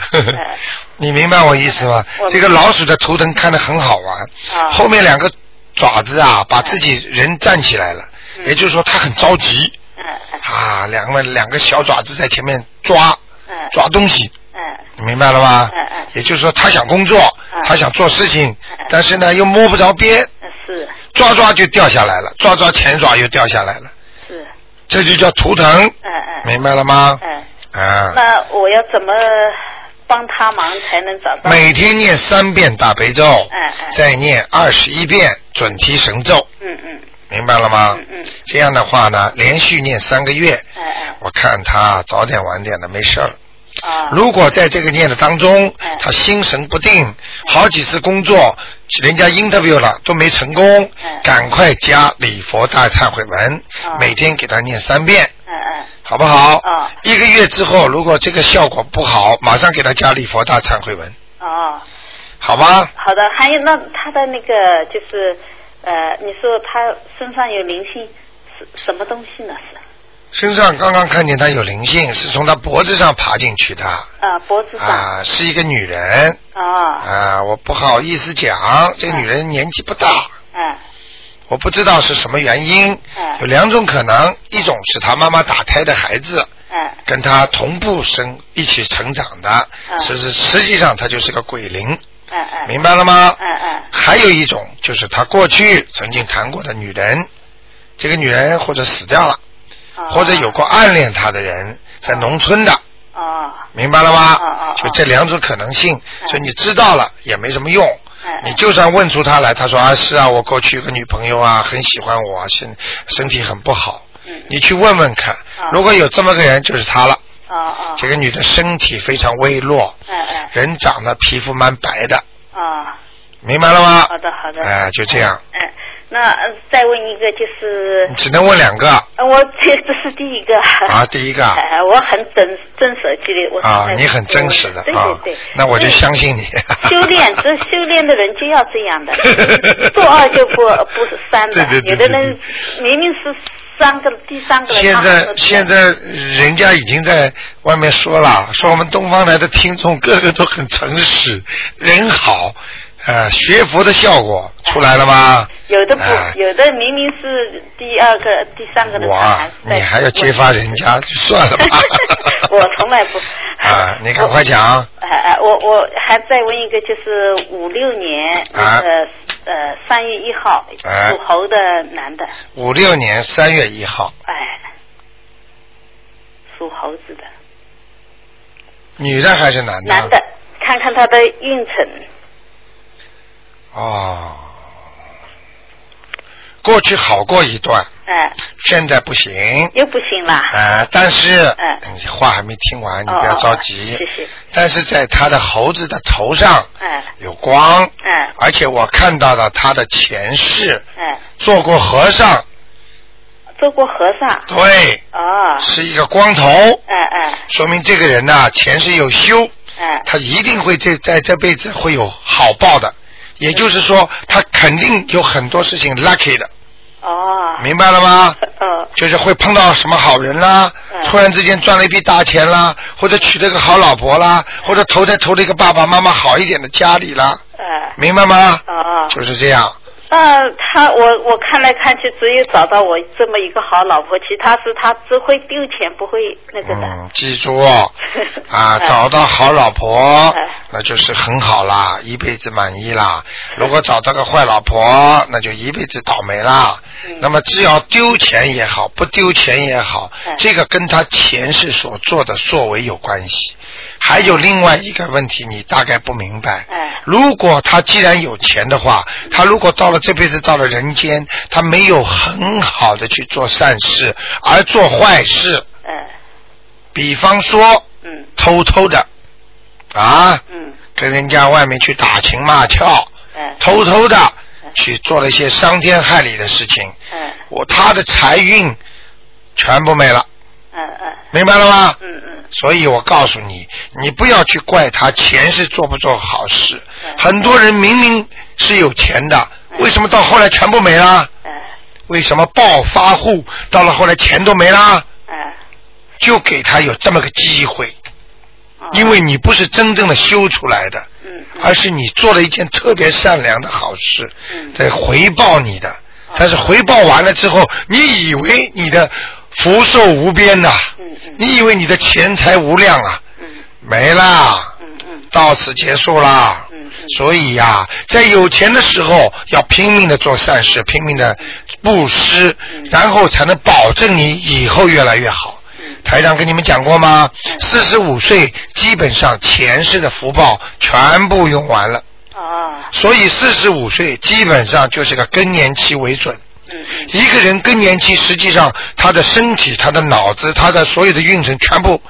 Speaker 1: 你明白我意思吗
Speaker 6: 我？
Speaker 1: 这个老鼠的图腾看得很好玩，
Speaker 6: 啊嗯
Speaker 1: 后面两个爪子啊，把自己人站起来了，也就是说他很着急
Speaker 6: 嗯嗯
Speaker 1: 啊，两个两个小爪子在前面抓
Speaker 6: 嗯
Speaker 1: 抓东西，
Speaker 6: 嗯
Speaker 1: 你明白了吧
Speaker 6: 嗯嗯？
Speaker 1: 也就是说他想工作
Speaker 6: 嗯，
Speaker 1: 他想做事情
Speaker 6: 嗯，
Speaker 1: 但是呢又摸不着边，
Speaker 6: 呃是
Speaker 1: 抓抓就掉下来了，抓抓前爪又掉下来了，
Speaker 6: 是，
Speaker 1: 这就叫图腾，
Speaker 6: 嗯嗯
Speaker 1: 明白了吗？
Speaker 6: 嗯，
Speaker 1: 啊，
Speaker 6: 那我要怎么帮他忙才能找到？
Speaker 1: 每天念三遍大悲咒
Speaker 6: 嗯嗯，
Speaker 1: 再念二十一遍准提神咒。
Speaker 6: 嗯嗯
Speaker 1: 明白了吗？
Speaker 6: 嗯嗯
Speaker 1: 这样的话呢，连续念三个月，
Speaker 6: 哎哎
Speaker 1: 我看他早点晚点的没事儿了。
Speaker 6: 啊，
Speaker 1: 如果在这个念的当中
Speaker 6: 哎，
Speaker 1: 他心神不定，好几次工作人家 interview 了都没成功
Speaker 6: 哎，
Speaker 1: 赶快加礼佛大忏悔文
Speaker 6: 啊，
Speaker 1: 每天给他念三遍，
Speaker 6: 嗯嗯
Speaker 1: 好不好
Speaker 6: 啊？
Speaker 1: 一个月之后，如果这个效果不好，马上给他加礼佛大忏悔文，
Speaker 6: 哦。
Speaker 1: 好吗？
Speaker 6: 好的，还有那他的那个就是，呃，你说他身上有灵性，是什么东西呢？是
Speaker 1: 身上刚刚看见他有灵性，是从他脖子上爬进去的。
Speaker 6: 啊、
Speaker 5: 呃
Speaker 6: 脖子上
Speaker 1: 啊，是一个女人
Speaker 5: 哦
Speaker 6: 啊，
Speaker 1: 啊，我不好意思讲，这女人年纪不大，
Speaker 5: 呃
Speaker 6: 嗯
Speaker 1: 我不知道是什么原因
Speaker 6: 嗯，
Speaker 1: 有两种可能，一种是她妈妈打胎的孩子
Speaker 6: 嗯
Speaker 5: 呃
Speaker 1: 跟她同步生一起成长的，
Speaker 6: 嗯
Speaker 1: 实实实际上她就是个鬼灵，
Speaker 5: 呃
Speaker 6: 嗯嗯
Speaker 1: 明白了吗？
Speaker 6: 嗯嗯
Speaker 1: 还有一种就是她过去曾经谈过的女人，这个女人或者死掉了，
Speaker 5: 哦
Speaker 6: 啊，
Speaker 1: 或者有过暗恋她的人，在农村的，
Speaker 6: 啊
Speaker 1: 明白了
Speaker 6: 哦
Speaker 1: 吗
Speaker 6: 哦哦？
Speaker 1: 就这两种可能性，
Speaker 6: 嗯
Speaker 1: 所以你知道了也没什么用
Speaker 6: 嗯。
Speaker 5: 呃
Speaker 6: 嗯
Speaker 1: 你就算问出他来，他说啊是啊，我过去有个女朋友啊，很喜欢我啊，身身体很不好
Speaker 6: 嗯。
Speaker 1: 你去问问看
Speaker 6: 嗯，
Speaker 5: 啊
Speaker 1: 如果有这么个人，就是他了，
Speaker 5: 哦哦，
Speaker 1: 这个女的身体非常微弱，
Speaker 5: 哎哎，
Speaker 1: 人长得皮肤蛮白的，
Speaker 5: 哦，
Speaker 1: 明白了吗？
Speaker 5: 好的好的，
Speaker 1: 哎、就这样，
Speaker 5: 嗯，那呃再问一个就是
Speaker 1: 你，只能问两个
Speaker 5: 呃我这这是第一个。
Speaker 1: 啊，第一 个啊，
Speaker 5: 哎，我很真真守纪律，我
Speaker 1: 啊
Speaker 5: 现在
Speaker 1: 你很真实的
Speaker 5: 对
Speaker 1: 啊
Speaker 5: 对对，，
Speaker 1: 那我就
Speaker 5: 嗯
Speaker 1: 相信你。
Speaker 5: 修炼，这修炼的人就要这样的，做二就不不是三的。
Speaker 1: 对对对对
Speaker 5: 有的人明明是三个第三个人，
Speaker 1: 现
Speaker 5: 他还
Speaker 1: 在
Speaker 5: 说
Speaker 1: 现在人家已经在外面说了，说我们东方来的听众个个都很诚实，人好，呃，学佛的效果出来了吗？
Speaker 5: 有的不
Speaker 1: 哎，
Speaker 5: 有的明明是第二个、第三个的，
Speaker 1: 我
Speaker 5: 他
Speaker 1: 啊
Speaker 5: 还，是在。
Speaker 1: 你还要揭发人家，就算了吧
Speaker 5: 我从来不
Speaker 1: 啊，你赶快讲
Speaker 5: 哎哎，我我还再问一个，就是五六年
Speaker 1: 啊
Speaker 5: 那个呃三月一号
Speaker 1: 哎
Speaker 5: 属猴的男的，
Speaker 1: 五六年三月一号，
Speaker 5: 哎，属猴子的
Speaker 1: 女的还是男的？
Speaker 5: 男的，看看他的运程。
Speaker 1: 哦，过去好过一段，
Speaker 5: 哎，
Speaker 1: 现在不行。
Speaker 5: 又不行啦。
Speaker 1: 啊，但是、
Speaker 5: 嗯
Speaker 1: 你话还没听完，你
Speaker 5: 哦
Speaker 1: 不要着
Speaker 5: 哦
Speaker 1: 急。
Speaker 5: 哦谢谢
Speaker 1: 但是在他的猴子的头上
Speaker 5: 哎
Speaker 1: 有光，
Speaker 5: 哎
Speaker 1: 而且我看到了他的前世
Speaker 5: 哎，
Speaker 1: 做过和尚，
Speaker 5: 做过和尚。
Speaker 1: 对，
Speaker 5: 哦，
Speaker 1: 是一个光头，
Speaker 5: 哎哎
Speaker 1: 说明这个人呐、前世有修，
Speaker 5: 哎
Speaker 1: 他一定会这在这辈子会有好报的。也就是说，他肯定有很多事情 lucky 的，
Speaker 5: 哦。
Speaker 1: 明白了吗？
Speaker 5: 哦
Speaker 1: 就是会碰到什么好人啦，
Speaker 5: 嗯
Speaker 1: 突然之间赚了一笔大钱啦，或者娶了个好老婆啦，或者投胎投了一个爸爸妈妈好一点的家里啦，
Speaker 5: 哎
Speaker 1: 明白吗？
Speaker 5: 哦，
Speaker 1: 就是这样，
Speaker 5: 那他我我看来看去，只有找到我这么一个好老婆，其他是他只会丢钱，不会那个的。
Speaker 1: 嗯，记住哦啊，
Speaker 5: 哎
Speaker 1: 找到好老婆
Speaker 5: 哎，
Speaker 1: 那就是很好啦，一辈子满意啦。如果找到个坏老婆，那就一辈子倒霉啦。那么只要丢钱也好，不丢钱也好
Speaker 5: 哎，
Speaker 1: 这个跟他前世所做的作为有关系。还有另外一个问题，你大概不明白
Speaker 5: 哎。
Speaker 1: 如果他既然有钱的话，他如果到了这辈子到了人间，他没有很好的去做善事，而做坏事，
Speaker 5: 哎
Speaker 1: 比方说
Speaker 5: 嗯
Speaker 1: 偷偷的啊，
Speaker 5: 嗯
Speaker 1: 跟人家外面去打情骂俏，
Speaker 5: 哎
Speaker 1: 偷偷的去做了一些伤天害理的事情，
Speaker 5: 哎
Speaker 1: 我他的财运全部没了，
Speaker 5: 哎哎
Speaker 1: 明白了吗？
Speaker 5: 嗯嗯
Speaker 1: 所以我告诉你，你不要去怪他前世做不做好事。
Speaker 5: 嗯
Speaker 1: 很多人明明是有钱的，为什么到后来全部没了？
Speaker 5: 哎
Speaker 1: 为什么暴发户到了后来钱都没了？
Speaker 5: 哎
Speaker 1: 就给他有这么个机会，
Speaker 5: 哦
Speaker 1: 因为你不是真正的修出来的，
Speaker 5: 嗯嗯
Speaker 1: 而是你做了一件特别善良的好事
Speaker 5: 嗯，哦
Speaker 1: 在回报你的。但是回报完了之后，你以为你的福寿无边呐、
Speaker 5: 嗯嗯
Speaker 1: 你以为你的钱财无量啊，
Speaker 5: 嗯
Speaker 1: 没啦，
Speaker 5: 嗯嗯
Speaker 1: 到此结束啦
Speaker 5: 嗯嗯。
Speaker 1: 所以呀、在有钱的时候要拼命的做善事，拼命的布施，
Speaker 5: 嗯
Speaker 1: 然后才能保证你以后越来越好。
Speaker 5: 嗯
Speaker 1: 台长跟你们讲过吗？四十五岁基本上前世的福报全部用完了，
Speaker 5: 哦
Speaker 1: 所以四十五岁基本上就是个更年期为准。
Speaker 5: 嗯嗯
Speaker 1: 一个人更年期，实际上他的身体、他的脑子、他的所有的运程全部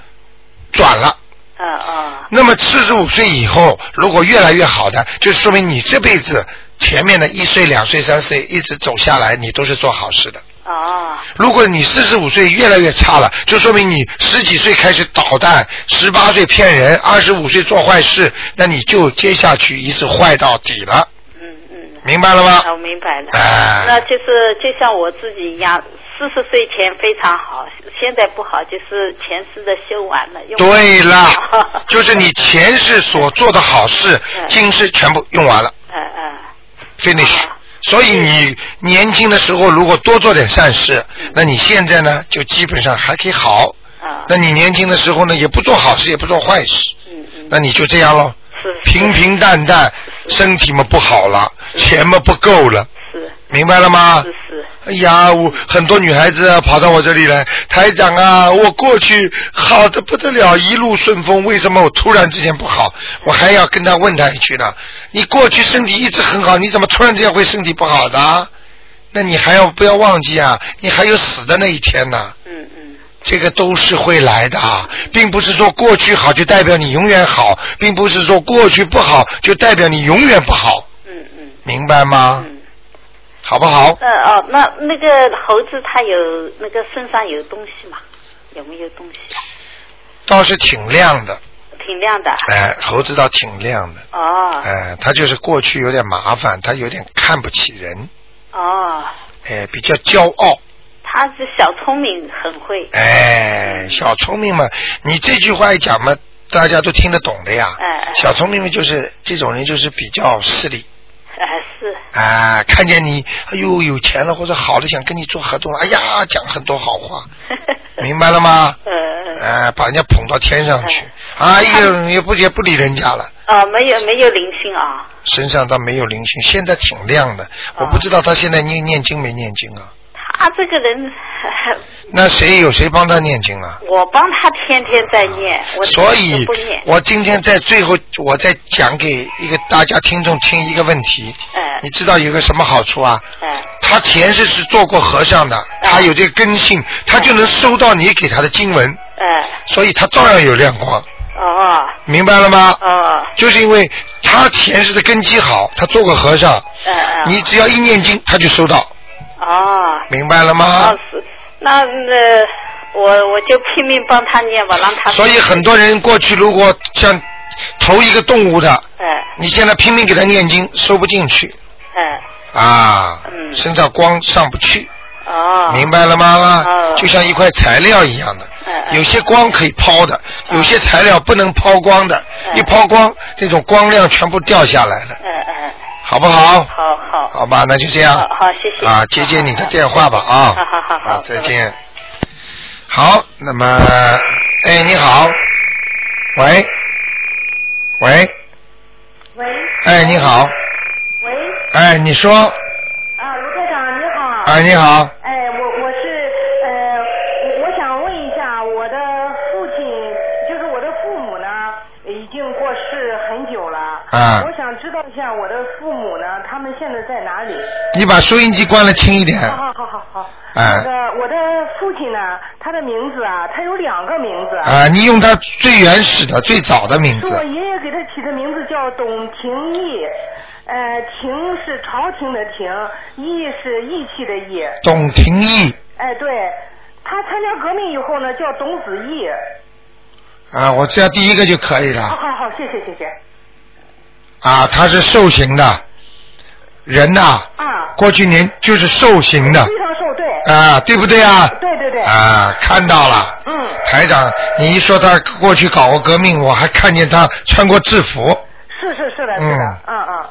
Speaker 1: 转了。
Speaker 5: 啊啊
Speaker 1: 那么四十五岁以后，如果越来越好的，就说明你这辈子前面的一岁、两岁、三岁一直走下来，你都是做好事的。
Speaker 5: 啊
Speaker 1: 如果你四十五岁越来越差了，就说明你十几岁开始捣蛋，十八岁骗人，二十五岁做坏事，那你就接下去一直坏到底了，
Speaker 5: 嗯嗯。
Speaker 1: 明白了吗？
Speaker 5: 啊，我明白了。
Speaker 1: 哎
Speaker 5: 那就是就像我自己一样，四十岁前非常好，现在不好，就是前世的修完了。用完，
Speaker 1: 对了 就是你前世所做的好事，今世全部用完了。
Speaker 6: 嗯
Speaker 5: 呃呃，
Speaker 1: finish
Speaker 5: 啊。
Speaker 1: 所以你年轻的时候如果多做点善事，那你现在呢就基本上还可以好。
Speaker 6: 嗯
Speaker 5: 啊，
Speaker 1: 那你年轻的时候呢也不做好事也不做坏事，
Speaker 5: 嗯嗯，
Speaker 1: 那你就这样咯，
Speaker 5: 是是
Speaker 1: 平平淡淡，身体嘛不好了，钱嘛不够了，
Speaker 5: 是
Speaker 1: 明白了吗？
Speaker 5: 是是，
Speaker 1: 哎呀，我很多女孩子啊跑到我这里来，台长啊，我过去好的不得了，一路顺风，为什么我突然之间不好？我还要跟他问他一句呢，你过去身体一直很好，你怎么突然之间会身体不好的啊？那你还要不要忘记啊？你还有死的那一天呢、
Speaker 5: 嗯嗯
Speaker 1: 这个都是会来的，啊并不是说过去好就代表你永远好，并不是说过去不好就代表你永远不好，
Speaker 6: 嗯嗯
Speaker 1: 明白吗？
Speaker 6: 嗯。
Speaker 1: 好不好？
Speaker 6: 呃哦，那那个猴子它有那个身上有东西嘛？有没有东西？啊
Speaker 1: 倒是挺亮的，
Speaker 6: 挺亮的。
Speaker 1: 哎，猴子倒挺亮的，
Speaker 6: 哦
Speaker 1: 哎，他就是过去有点麻烦，他有点看不起人，
Speaker 6: 哦，
Speaker 1: 哎，比较骄傲，
Speaker 6: 它是小聪明，很会。
Speaker 1: 哎，小聪明嘛，你这句话一讲嘛，大家都听得懂的呀。
Speaker 6: 哎哎
Speaker 1: 小聪明嘛，就是这种人，就是比较势利。
Speaker 6: 呃，是
Speaker 1: 啊，看见你，哎呦，有钱了或者好了，想跟你做合同了，哎呀，讲很多好话，明白了吗？
Speaker 6: 呃
Speaker 1: 哎，把人家捧到天上去，哎呦，也不也不理人家了，
Speaker 6: 哦，没有没有灵性啊，
Speaker 1: 身上倒没有灵性，现在挺亮的，我不知道他现在念念经没念经啊？
Speaker 6: 他这个人，
Speaker 1: 那谁有谁帮他念经啊？
Speaker 6: 我帮他天天在念，我自己
Speaker 1: 所以
Speaker 6: 都不念，，
Speaker 1: 我今天在最后，我再讲给一个大家听众听一个问题，
Speaker 6: 哎
Speaker 1: 你知道有个什么好处啊？
Speaker 6: 哎
Speaker 1: 他前世是做过和尚
Speaker 6: 啊
Speaker 1: 的，他有这个根性，他就能收到你给他的经文，
Speaker 6: 哎，
Speaker 1: 所以他照样有亮光，
Speaker 6: 哦
Speaker 1: 明白了吗？
Speaker 6: 哦，
Speaker 1: 就是因为他前世的根基好，他做过和尚，
Speaker 6: 哎哎，
Speaker 1: 你只要一念经，他就收到，
Speaker 6: 哦，
Speaker 1: 明白了吗
Speaker 6: 哦？是，那那我我就拼命帮他念，我让他
Speaker 1: 所以很多人过去如果像投一个动物的，
Speaker 6: 哎
Speaker 1: 你现在拼命给他念经，收不进去
Speaker 6: 哎
Speaker 1: 啊，
Speaker 6: 嗯
Speaker 1: 身上光上不去，
Speaker 6: 哦，
Speaker 1: 明白了吗
Speaker 6: 哦？
Speaker 1: 就像一块材料一样的
Speaker 6: 嗯，嗯
Speaker 1: 有些光可以抛
Speaker 6: 啊
Speaker 1: 的，有些材料不能抛光的，
Speaker 6: 嗯
Speaker 1: 一抛光，那种光亮全部掉下来了，
Speaker 6: 哎哎，
Speaker 1: 好不好？
Speaker 6: 好好
Speaker 1: 好吧，那就这样
Speaker 6: 好。好谢谢
Speaker 1: 啊，接接你的电话吧啊。
Speaker 6: 好好好好
Speaker 1: 好，再见。好，那么，哎，你好，喂，喂，
Speaker 7: 喂
Speaker 1: 哎，你好，
Speaker 7: 喂，
Speaker 1: 哎，你说，
Speaker 7: 啊，卢科长你好。
Speaker 1: 哎，你好，
Speaker 7: 哎，我我是呃，我我想问一下，我的父亲，就是我的父母呢，已经过世很久了。
Speaker 1: 啊
Speaker 7: 我想知道一下我的父母呢，他们现在在哪里？
Speaker 1: 你把收音机关了轻一点。
Speaker 7: 好好好好好。
Speaker 1: 哎
Speaker 7: 那个我的父亲呢，他的名字啊，他有两个名字。
Speaker 1: 啊，你用他最原始的、最早的名
Speaker 7: 是我
Speaker 1: 字，
Speaker 7: 爷爷给他起的名字叫董廷义，呃，廷是朝廷的廷，义是义气的义。
Speaker 1: 董廷义
Speaker 7: 哎，对，他参加革命以后呢，叫董子义。
Speaker 1: 啊，我只要第一个就可以
Speaker 7: 好
Speaker 1: 了
Speaker 7: 好好，谢谢谢谢。
Speaker 1: 啊，他是受刑的人呐、
Speaker 7: 啊，
Speaker 1: 过去年就是受刑的
Speaker 7: 非常受对。
Speaker 1: 啊，对不对啊？
Speaker 7: 对对对。
Speaker 1: 啊，看到了，
Speaker 7: 嗯，
Speaker 1: 台长，你一说他过去搞过革命，我还看见他穿过制服
Speaker 7: 是是是的，是的
Speaker 1: 嗯，
Speaker 7: 嗯嗯，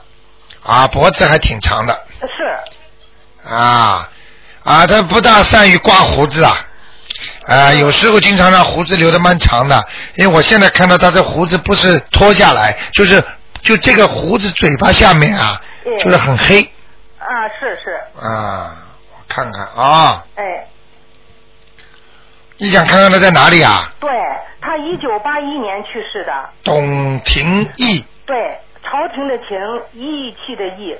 Speaker 1: 啊，脖子还挺长的
Speaker 7: 是。
Speaker 1: 啊啊，他不大善于刮胡子啊。啊，有时候经常让胡子留的蛮长的，因为我现在看到他的胡子不是脱下来，就是就这个胡子嘴巴下面啊，
Speaker 7: 嗯
Speaker 1: 就是很黑
Speaker 7: 啊，是是，
Speaker 1: 啊。我看看啊，
Speaker 7: 哎，
Speaker 1: 你想看看他在哪里啊？
Speaker 7: 对他一九八一年去世的，
Speaker 1: 董廷义，
Speaker 7: 对，朝廷的廷，义气的义，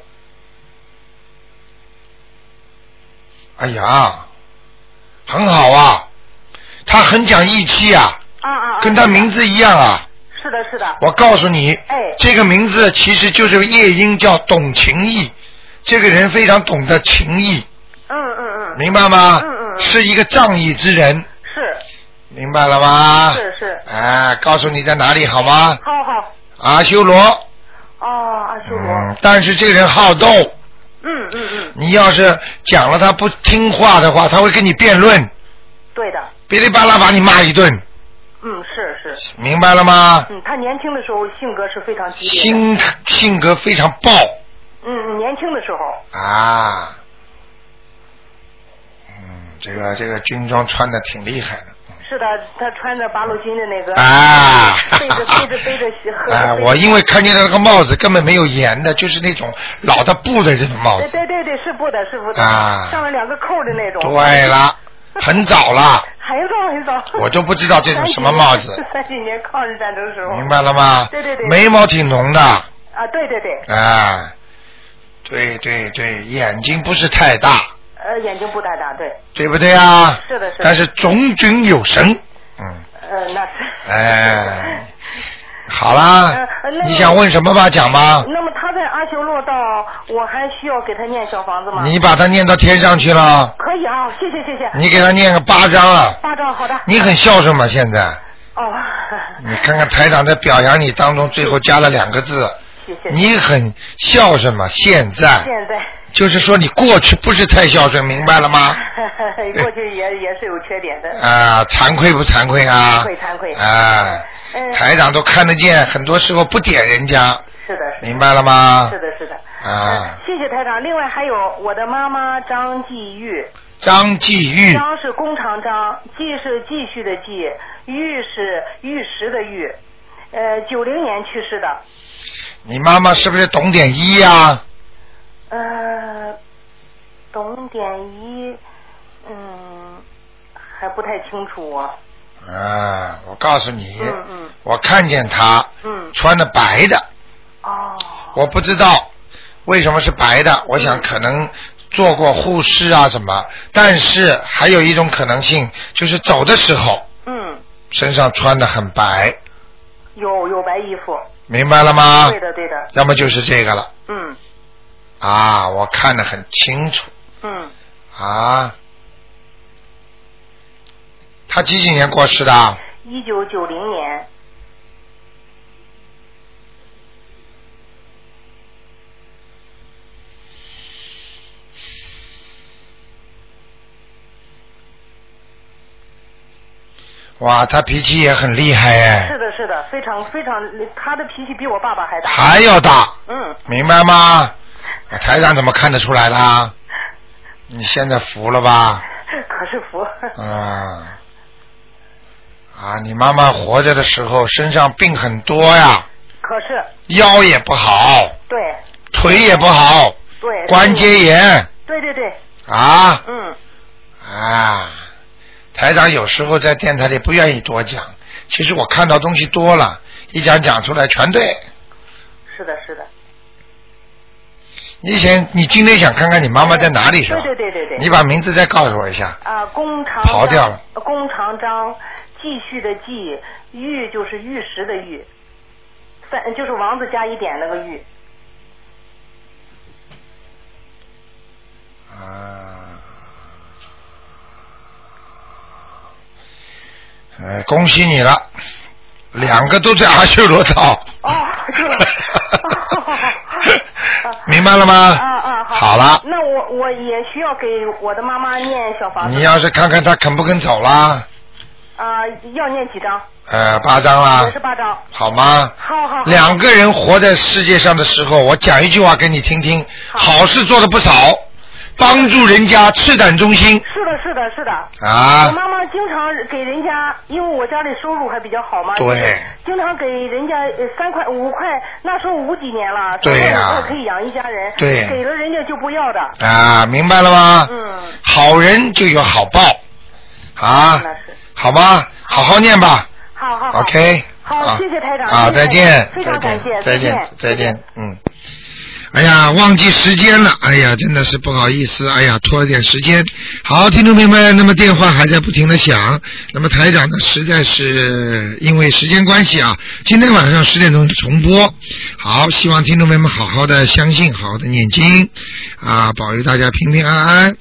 Speaker 1: 哎呀，很好啊，他很讲义气啊，
Speaker 7: 啊啊啊，
Speaker 1: 跟他名字一样啊。
Speaker 7: 是的，是的，
Speaker 1: 我告诉你
Speaker 7: 哎，
Speaker 1: 这个名字其实就是夜莺叫董情义，这个人非常懂得情义，
Speaker 7: 嗯嗯嗯，
Speaker 1: 明白吗
Speaker 7: 嗯嗯？嗯
Speaker 1: 是一个仗义之人，
Speaker 7: 是
Speaker 1: 明白了吗？
Speaker 7: 是是，
Speaker 1: 哎，告诉你在哪里好吗？
Speaker 7: 好好，
Speaker 1: 阿修罗，
Speaker 7: 哦，阿修罗，
Speaker 1: 嗯，但是这个人好斗，
Speaker 7: 嗯嗯嗯，
Speaker 1: 你要是讲了他不听话的话，他会跟你辩论，
Speaker 7: 对的，
Speaker 1: 噼里啪啦把你骂一顿，
Speaker 7: 嗯是是，
Speaker 1: 明白了吗？
Speaker 7: 嗯，他年轻的时候性格是非常激烈的，
Speaker 1: 性性格非常暴
Speaker 7: 嗯，嗯年轻的时候，
Speaker 1: 啊。嗯，这个这个军装穿的挺厉害的
Speaker 7: 是的，他穿着八路军的那个，
Speaker 1: 啊。
Speaker 7: 背着背着 背着鞋喝着
Speaker 1: 啊，
Speaker 7: 背着
Speaker 1: 我因为看见他那个帽子根本没有沿的，就是那种老的布的这种帽
Speaker 7: 对
Speaker 1: 子。
Speaker 7: 对对对，是布的，是布的，
Speaker 1: 啊
Speaker 7: 上面两个扣的那种，
Speaker 1: 对了，很早了，
Speaker 7: 很早很早，
Speaker 1: 我都不知道这种什么帽子，
Speaker 7: 三几年抗日战争时候，
Speaker 1: 明白了吗？
Speaker 7: 对对对
Speaker 1: 眉毛挺浓的，
Speaker 7: 啊，对对对，
Speaker 1: 啊，对对对，眼睛不是太大，
Speaker 7: 呃，呃，眼睛不太大，对，
Speaker 1: 对不对啊？
Speaker 7: 是的是的
Speaker 1: 但是种菌有神，嗯，
Speaker 7: 呃，那是。
Speaker 1: 哎，好啦
Speaker 7: 呃呃那，个
Speaker 1: 你想问什么吧？讲吧。
Speaker 7: 那么他在阿修罗道，我还需要给他念小房子吗？
Speaker 1: 你把它念到天上去了，
Speaker 7: 可以啊，谢谢谢谢。
Speaker 1: 你给它念个八章了。
Speaker 7: 八张好的。
Speaker 1: 你很孝顺嘛？现在，
Speaker 7: 哦，
Speaker 1: 你看看台长在表扬你当中，最后加了两个字，
Speaker 7: 谢谢。
Speaker 1: 你很孝顺嘛？现在，
Speaker 7: 现在。
Speaker 1: 就是说你过去不是太孝顺，明白了吗？
Speaker 7: 过去也也是有缺点的。
Speaker 1: 啊、惭愧不惭愧啊？
Speaker 7: 惭愧惭愧
Speaker 1: 啊、
Speaker 7: 嗯
Speaker 1: 台长都看得见，很多时候不点人家，
Speaker 7: 是的，是
Speaker 1: 明白了吗？
Speaker 7: 的，是的，是的。嗯
Speaker 1: 啊，
Speaker 7: 谢谢台长。另外还有我的妈妈张继玉，
Speaker 1: 张继玉，
Speaker 7: 张是工长张，继是继续的继，玉是玉石的玉。呃，九零年去世的。
Speaker 1: 你妈妈是不是懂点医啊？
Speaker 7: 呃，懂点一，嗯，还不太清楚我。
Speaker 1: 啊，我告诉你，
Speaker 7: 嗯嗯
Speaker 1: 我看见她
Speaker 7: 嗯，
Speaker 1: 穿的白的，
Speaker 7: 哦，嗯
Speaker 1: 我不知道为什么是白的，我想可能做过护士啊什么，但是还有一种可能性就是走的时候
Speaker 7: 嗯，
Speaker 1: 身上穿的很白，
Speaker 7: 有有白衣服，
Speaker 1: 明白了吗
Speaker 7: 对？的对的，
Speaker 1: 要么就是这个了
Speaker 7: 嗯
Speaker 1: 啊，我看得很清楚
Speaker 7: 嗯，
Speaker 1: 啊。他几几年过世的啊？
Speaker 7: 一九九零年，
Speaker 1: 哇，他脾气也很厉害
Speaker 7: 是
Speaker 1: 哎，
Speaker 7: 的是的，非常非常，他的脾气比我爸爸还大，
Speaker 1: 还要大。
Speaker 7: 嗯，
Speaker 1: 明白吗？啊台长怎么看得出来啦？你现在服了吧？
Speaker 7: 可是服，
Speaker 1: 嗯。啊，你妈妈活着的时候身上病很多呀，
Speaker 7: 可是
Speaker 1: 腰也不好，
Speaker 7: 对
Speaker 1: 腿也不好，
Speaker 7: 对，
Speaker 1: 关节炎
Speaker 7: 对对对，
Speaker 1: 啊
Speaker 7: 嗯，
Speaker 1: 啊！台长有时候在电台里不愿意多讲，其实我看到东西多了，一讲讲出来全对。
Speaker 7: 是的是的，
Speaker 1: 你想，你今天想看看你妈妈在哪里是吧？
Speaker 7: 对对对对对
Speaker 1: 你把名字再告诉我一下。
Speaker 7: 啊，弓长
Speaker 1: 刨
Speaker 7: 张
Speaker 1: 掉了，
Speaker 7: 弓长张，继续的继，玉就是玉石的玉，三就是王字加一点那个玉，
Speaker 1: 啊，呃，恭喜你了，两个都在阿修罗道。
Speaker 7: 哦 是哦吗
Speaker 1: 明白了吗？
Speaker 7: 啊啊
Speaker 1: 好了，
Speaker 7: 那我我也需要给我的妈妈念小房子，
Speaker 1: 你要是看看他肯不肯走啦，
Speaker 7: 啊、要念几张？
Speaker 1: 呃，八张
Speaker 7: 我
Speaker 1: 啦
Speaker 7: 是，八张。
Speaker 1: 好吗？
Speaker 7: 好好好，
Speaker 1: 两个人活在世界上的时候，我讲一句话给你听听，好事做了不少，帮助人家，赤胆忠心
Speaker 7: 是的，是的，是的。我
Speaker 1: 啊，
Speaker 7: 妈妈经常给人家，因为我家里收入还比较好嘛，
Speaker 1: 对，
Speaker 7: 经常给人家呃三块五块，那时候五几年了，
Speaker 1: 对呀
Speaker 7: 三块五块可以养一家人，
Speaker 1: 对
Speaker 7: 给了人家就不要的，
Speaker 1: 啊，明白了吗？
Speaker 7: 嗯，
Speaker 1: 好人就有好报啊
Speaker 7: 那，是，
Speaker 1: 好吗？好好念吧
Speaker 7: 好好好
Speaker 1: ，OK
Speaker 7: 好
Speaker 1: 啊。
Speaker 7: 谢谢台长
Speaker 1: 啊，
Speaker 7: 谢谢
Speaker 1: 再见，
Speaker 7: 非常感谢
Speaker 1: 再
Speaker 7: 再
Speaker 1: 见
Speaker 7: 见，
Speaker 1: 再见，嗯。哎呀，忘记时间了，哎呀，真的是不好意思，哎呀，拖了点时间。好，听众朋友们，那么电话还在不停的响，那么台长呢，实在是因为时间关系啊，今天晚上十点钟重播。好，希望听众朋友们好好的相信，好好的念经，啊，保佑大家平平安安。